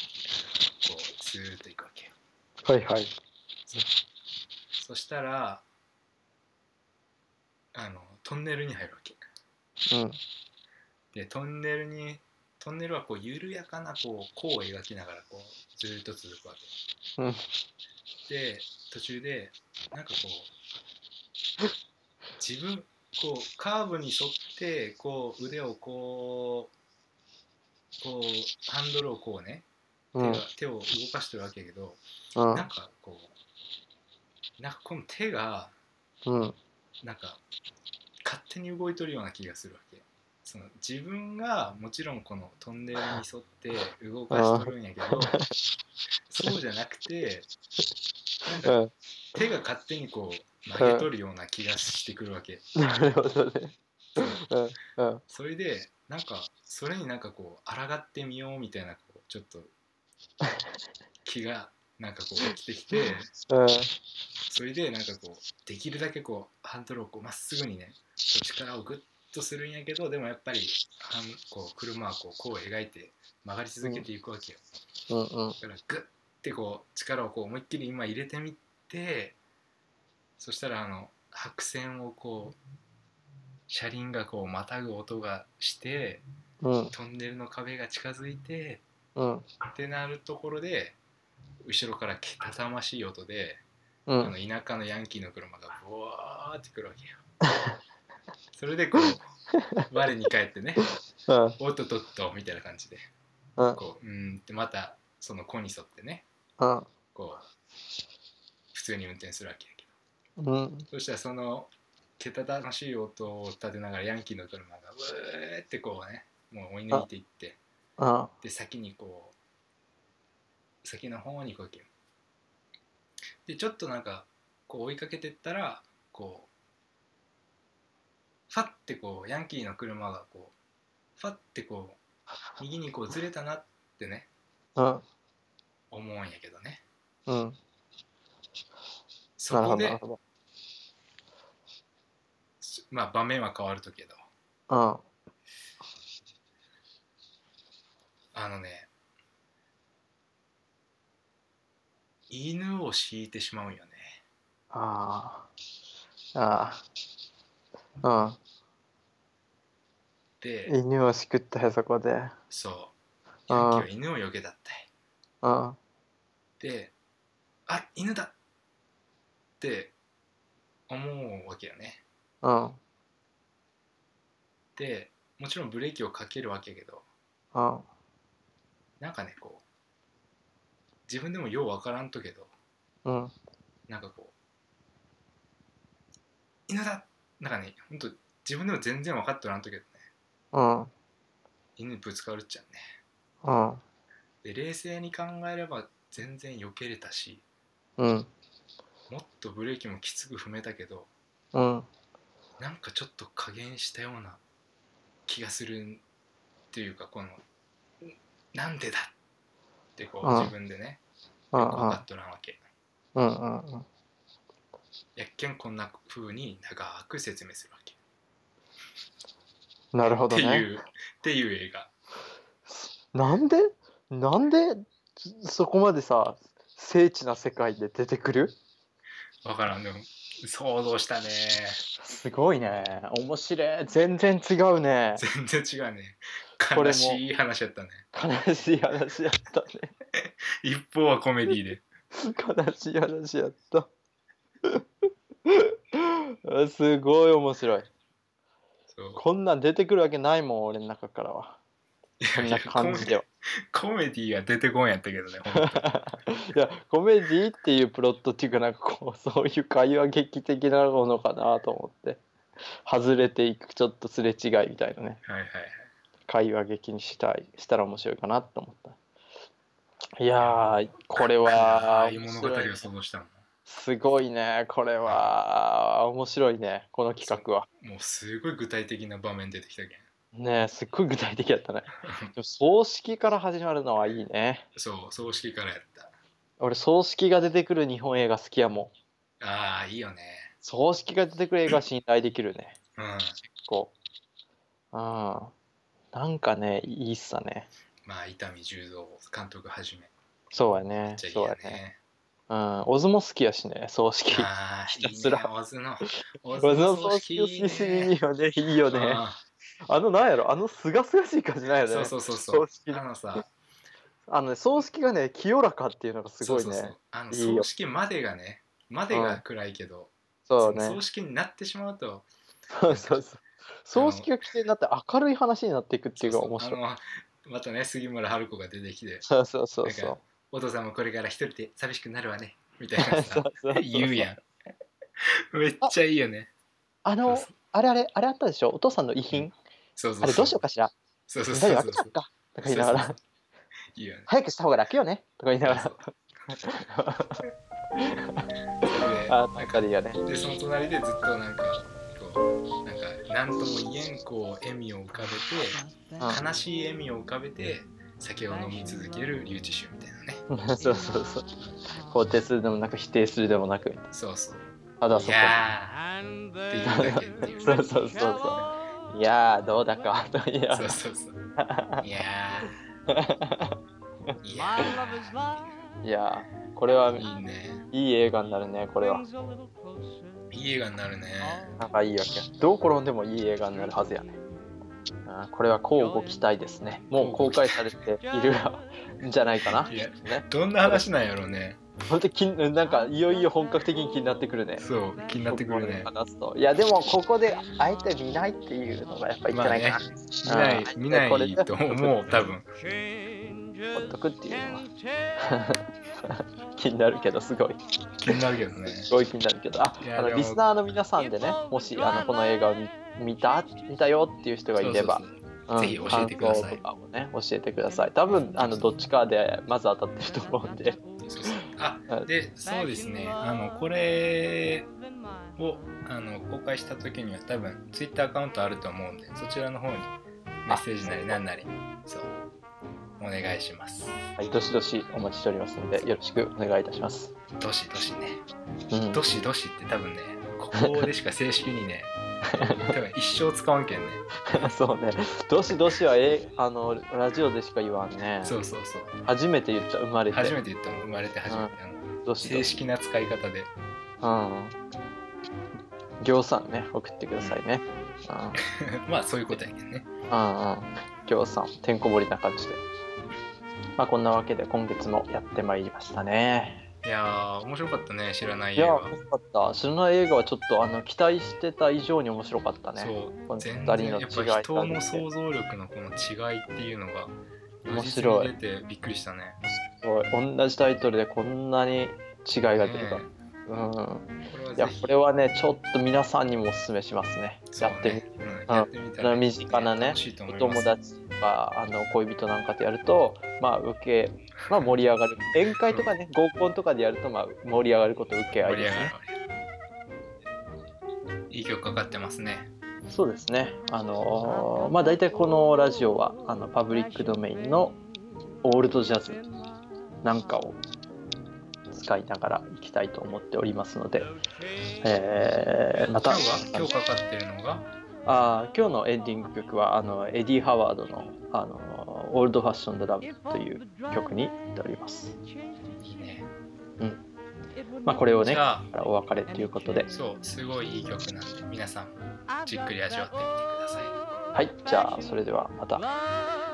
Speaker 1: スーッと行くわけよ
Speaker 2: はいはい
Speaker 1: そしたらあのトンネルに入るわけ
Speaker 2: うん
Speaker 1: でトンネルにトンネルはこう緩やかなこう弧を描きながらこうずーっと続くわけ、
Speaker 2: うん
Speaker 1: で途中でなんかこう自分こうカーブに沿ってこう腕をこうこうハンドルをこうね手,、
Speaker 2: うん
Speaker 1: 手を動かしてるわけやけど、
Speaker 2: うん
Speaker 1: なんかこうなんかこの手が
Speaker 2: うん
Speaker 1: なんか勝手に動いとるような気がするわけその自分がもちろんこのトンネルに沿って動かしとるんやけどそうじゃなくてなんか
Speaker 2: うん
Speaker 1: 手が勝手にこう投げとるような気がしてくるわけ *laughs*
Speaker 2: なるほどねうんうん
Speaker 1: それでなんかそれになんかこう抗ってみようみたいなこうちょっと気がなんかこう起きてきて
Speaker 2: うん
Speaker 1: それでなんかこうできるだけこうハンドルをこうまっすぐにねこう力をグッとするんやけどでもやっぱりハンこう車はこうこう描いて曲がり続けていくわけよ、
Speaker 2: うんうん
Speaker 1: だからグッてこう力をこう思いっきり今入れてみてそしたらあの白線をこう車輪がこうまたぐ音がして
Speaker 2: うん
Speaker 1: トンネルの壁が近づいて
Speaker 2: うん
Speaker 1: ってなるところで後ろからけたたましい音で
Speaker 2: う
Speaker 1: あの
Speaker 2: ん
Speaker 1: 田舎のヤンキーの車がブワーってくるわけよ。それでこう我に返って
Speaker 2: *laughs*
Speaker 1: ね
Speaker 2: うん
Speaker 1: おっとっとっとみたいな感じで
Speaker 2: うん
Speaker 1: こううーんってまたその子に沿ってね
Speaker 2: うん
Speaker 1: こう普通に運転するわけやけ
Speaker 2: うん
Speaker 1: どそしたらそのけたたましい音を立てながらヤンキーの車がうーってこうねもう追い抜いていって
Speaker 2: うん
Speaker 1: で先にこう先の方にこう行けるでちょっとなんかこう追いかけてったらこうファッてこうヤンキーの車がこうファッてこう右にこうずれたなってね
Speaker 2: うん
Speaker 1: 思うんやけどね
Speaker 2: うん
Speaker 1: そ
Speaker 2: なる
Speaker 1: こ
Speaker 2: ほどなる
Speaker 1: で
Speaker 2: ほど
Speaker 1: まあ場面は変わるとけど
Speaker 2: うん
Speaker 1: あのね犬を敷いてしまうんよね
Speaker 2: ああ。ああ。
Speaker 1: で
Speaker 2: うん。犬をしくったよ、そこで。うん。
Speaker 1: そうヤンキー
Speaker 2: あ
Speaker 1: は犬を避けたったい
Speaker 2: あ。
Speaker 1: であ犬だって思うわけよね
Speaker 2: うん。
Speaker 1: でもちろんブレーキをかけるわけやけど
Speaker 2: うん。
Speaker 1: なんかねこう自分でもようわからんとけど
Speaker 2: うん。
Speaker 1: なんかこう犬だなんかねほんと自分でも全然分かっとらんとけどね
Speaker 2: うん。
Speaker 1: 犬にぶつかるっちゃうね
Speaker 2: うん。
Speaker 1: で冷静に考えれば全然避けれたし
Speaker 2: うん。
Speaker 1: もっとブレーキもきつく踏めたけど
Speaker 2: うん。
Speaker 1: なんかちょっと加減したような気がするっていうかこの「なんでだ!」ってこう
Speaker 2: うん
Speaker 1: 自分でね
Speaker 2: う
Speaker 1: よく
Speaker 2: ん。
Speaker 1: 分かっとらんわけ
Speaker 2: うん。うん。
Speaker 1: やっけんこんな風に長く説明するわけ
Speaker 2: なるほ
Speaker 1: って
Speaker 2: どね。
Speaker 1: いうっていう映画
Speaker 2: なんでなんでそこまでさ、精緻な世界で出てくる
Speaker 1: わからんでも想像したね
Speaker 2: すごいね。面白い。全然違うね。
Speaker 1: 全然違うね
Speaker 2: これも
Speaker 1: 悲しい話やったね
Speaker 2: 悲しい話やったね。
Speaker 1: 一方はコメディで
Speaker 2: 悲しい話やった *laughs* あすごい面白い
Speaker 1: そう
Speaker 2: こんなん出てくるわけないもん俺の中からはいこ
Speaker 1: や
Speaker 2: ん
Speaker 1: い
Speaker 2: な
Speaker 1: や
Speaker 2: 感じでは
Speaker 1: コメコメディが出てこんやったけどね
Speaker 2: *laughs*
Speaker 1: ほんと
Speaker 2: いやコメディっていうプロットっていうかなんかこうそういう会話劇的なものかなと思って外れていくちょっとすれ違いみたいなね
Speaker 1: はいはい
Speaker 2: 会話劇にしたいしたら面白いかなと思ったいやーこれは
Speaker 1: はい
Speaker 2: 面
Speaker 1: 物語
Speaker 2: 白い
Speaker 1: を想像したも
Speaker 2: すごいねこれは面白いねこの企画は
Speaker 1: んもうすごい具体的な場面出てきたけん
Speaker 2: ねえすっごい具体的
Speaker 1: *laughs*
Speaker 2: やったねでも葬式から始まるのはいいね
Speaker 1: そう葬式からやった
Speaker 2: 俺葬式が出てくる日本映画好きやもん
Speaker 1: ああいいよね
Speaker 2: 葬式が出てくる映画は信頼できるね
Speaker 1: うん
Speaker 2: 結構うんなんかねいいっすね
Speaker 1: まあ伊丹十三監督はじめ
Speaker 2: そうやね
Speaker 1: じゃいい
Speaker 2: そう
Speaker 1: よ
Speaker 2: やね
Speaker 1: ね
Speaker 2: うんオズも好きやしね葬式
Speaker 1: ああ
Speaker 2: ひ
Speaker 1: いい
Speaker 2: た
Speaker 1: ね
Speaker 2: すら
Speaker 1: オズのオ
Speaker 2: オズの
Speaker 1: 葬
Speaker 2: 葬
Speaker 1: 式
Speaker 2: 式
Speaker 1: いいね
Speaker 2: にはねいいよね
Speaker 1: あ
Speaker 2: あのなんやろあのすがすがしい感じなんや
Speaker 1: ー
Speaker 2: ね
Speaker 1: そうそうそうそう
Speaker 2: 葬式
Speaker 1: あのさ
Speaker 2: あのね葬式がね清らかっていうのがすごい
Speaker 1: そうそうそ
Speaker 2: ね
Speaker 1: うあの
Speaker 2: いいよ
Speaker 1: 葬式までがねまでが暗いけど、
Speaker 2: そう
Speaker 1: その
Speaker 2: ね
Speaker 1: 葬式になってしまうと
Speaker 2: そう *laughs* そうそう葬式が規定になって明るい話になっていくっていうのが面
Speaker 1: そ
Speaker 2: 白
Speaker 1: う
Speaker 2: い
Speaker 1: そうあのまたね杉村春子が出てきて
Speaker 2: そうそうそう
Speaker 1: な
Speaker 2: そ
Speaker 1: んかお父さんもこれから一人で寂しくなるわねみたいうな
Speaker 2: *laughs* そ
Speaker 1: さ
Speaker 2: うそうそう
Speaker 1: 言うやんめっちゃいいよね
Speaker 2: あの
Speaker 1: そう
Speaker 2: あれあれあれあったでしょお父さんの遺品
Speaker 1: そうそ
Speaker 2: あ
Speaker 1: う
Speaker 2: れど
Speaker 1: そう
Speaker 2: しようかしら
Speaker 1: そうそう
Speaker 2: みん
Speaker 1: そ
Speaker 2: な
Speaker 1: うそう
Speaker 2: で分けちゃうかとか言いなが
Speaker 1: そう
Speaker 2: ら
Speaker 1: いいよね
Speaker 2: 早くした方が楽よねとか言いながら
Speaker 1: で
Speaker 2: あ
Speaker 1: な
Speaker 2: なんん
Speaker 1: か
Speaker 2: かでいいよね
Speaker 1: でその隣でずっとなんかこうなんか何とも言えんこう笑みを浮かべて悲しい笑みを浮かべて酒を飲み続けるリュウチシュみたいなね
Speaker 2: そうそうそう肯定するでもなく否定するでもなく
Speaker 1: そうそう
Speaker 2: ただ
Speaker 1: い
Speaker 2: そこ
Speaker 1: やーって言うだけっていう
Speaker 2: そうそうそうそういやーどうだかといや
Speaker 1: *laughs* そうそうそういやーいや
Speaker 2: いやーこれは
Speaker 1: ーいいね
Speaker 2: いい映画になるねこれはい
Speaker 1: い映画になるね
Speaker 2: なんかいいわけやどう転んでもいい映画になるはずやねあーこれは乞うご期待ですねもう公開されているがんじゃないかないね
Speaker 1: やどんな話なんやろうね
Speaker 2: 本当に気になんかいよいよ本格的に気になってくるね
Speaker 1: そう気になってくるね
Speaker 2: ここまで話すといやでもここであえて見ないっていうのがやっぱいけないかな、
Speaker 1: 見ない見ないと思う多分
Speaker 2: ほっとくっていうのは *laughs* 気になるけどすごい
Speaker 1: 気になるけどね
Speaker 2: すごい気になるけどあ
Speaker 1: いや
Speaker 2: あの
Speaker 1: でも
Speaker 2: リスナーの皆さんでねもしあのこの映画を見見た見たよっていう人がいれば
Speaker 1: そうそうそう
Speaker 2: うん
Speaker 1: ぜひ教えてください
Speaker 2: 感想とかもね教えてください多分あのどっちかでまず当たってると思うんで
Speaker 1: そうそうあでそうですねあのこれをあの公開した時には多分ツイッターアカウントあると思うんでそちらの方にメッセージなりなんなりそうお願いします
Speaker 2: はいどしどしお待ちしておりますのでよろしくお願いいたします、
Speaker 1: どしどしね
Speaker 2: うん、
Speaker 1: どしどしって多分ねここでしか正式 *laughs* にね多分一生使わんけんね
Speaker 2: そうねどしどしはえあのラジオでしか言わんね
Speaker 1: そうそうそう
Speaker 2: 初めて言っちゃ生まれて
Speaker 1: 初めて言ったの生まれて初めてあの
Speaker 2: どしど
Speaker 1: 正
Speaker 2: し
Speaker 1: 式な使い方で *laughs*
Speaker 2: うんぎょうさんね送ってくださいねうん
Speaker 1: まあそういうことやけんね。
Speaker 2: うんうんぎょうさんてんこ盛りな感じでまあこんなわけで今月もやってまいりましたね
Speaker 1: いやー面白かったね知らない
Speaker 2: い
Speaker 1: 映
Speaker 2: や、
Speaker 1: 画。
Speaker 2: 面白かった。知らない映画はちょっとあの期待してた以上に面白かったね。
Speaker 1: そ
Speaker 2: こ
Speaker 1: う
Speaker 2: の
Speaker 1: 全
Speaker 2: 二
Speaker 1: 然
Speaker 2: 人
Speaker 1: や
Speaker 2: の
Speaker 1: っ
Speaker 2: 違い
Speaker 1: ぱ人の想像力のこの違いっていうのが
Speaker 2: 面白
Speaker 1: 如
Speaker 2: い
Speaker 1: 実に出てびっくりしたね。
Speaker 2: すごい同じタイトルでこんなに違いが出るか
Speaker 1: ね。
Speaker 2: うん。
Speaker 1: これはい
Speaker 2: や
Speaker 1: ぜひ
Speaker 2: これはねちょっと皆さんにもおすすめしますね。
Speaker 1: そ
Speaker 2: や
Speaker 1: う
Speaker 2: ってみ
Speaker 1: ね
Speaker 2: て。
Speaker 1: うん
Speaker 2: うん
Speaker 1: やってみたら
Speaker 2: 身近なね
Speaker 1: 楽しいと思
Speaker 2: お
Speaker 1: いま
Speaker 2: 友
Speaker 1: す。
Speaker 2: 達とかあの恋人なんかでやるとまあ受けまあ盛り上がる宴会とかね合コンとかでやるとまあ盛り上がること受け合
Speaker 1: 盛
Speaker 2: い
Speaker 1: り
Speaker 2: で
Speaker 1: 上
Speaker 2: す
Speaker 1: がる
Speaker 2: ね。
Speaker 1: いい曲かかってますね。
Speaker 2: そうですね。あのーまあ大体このラジオはあのパブリックドメインのオールドジャズなんかを使いながらいきたいと思っておりますので、えーまた
Speaker 1: 今日は今日かかってるのが
Speaker 2: あー今日のエンディング曲はあのエディ・ハワードのあのーオールドファッションドラブという曲になっております。
Speaker 1: いいね。
Speaker 2: まあこれを
Speaker 1: じ
Speaker 2: ね
Speaker 1: ゃあ
Speaker 2: お別れということで、
Speaker 1: そうすごいいい曲なんで皆さんじっくり味わってみてください。
Speaker 2: はいじゃあそれではまた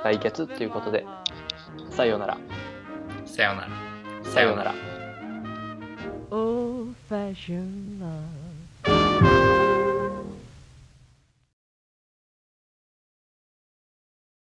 Speaker 2: 来月ということで、さようなら。
Speaker 1: さようなら。さようなら。
Speaker 2: ら。
Speaker 7: old fashioned love.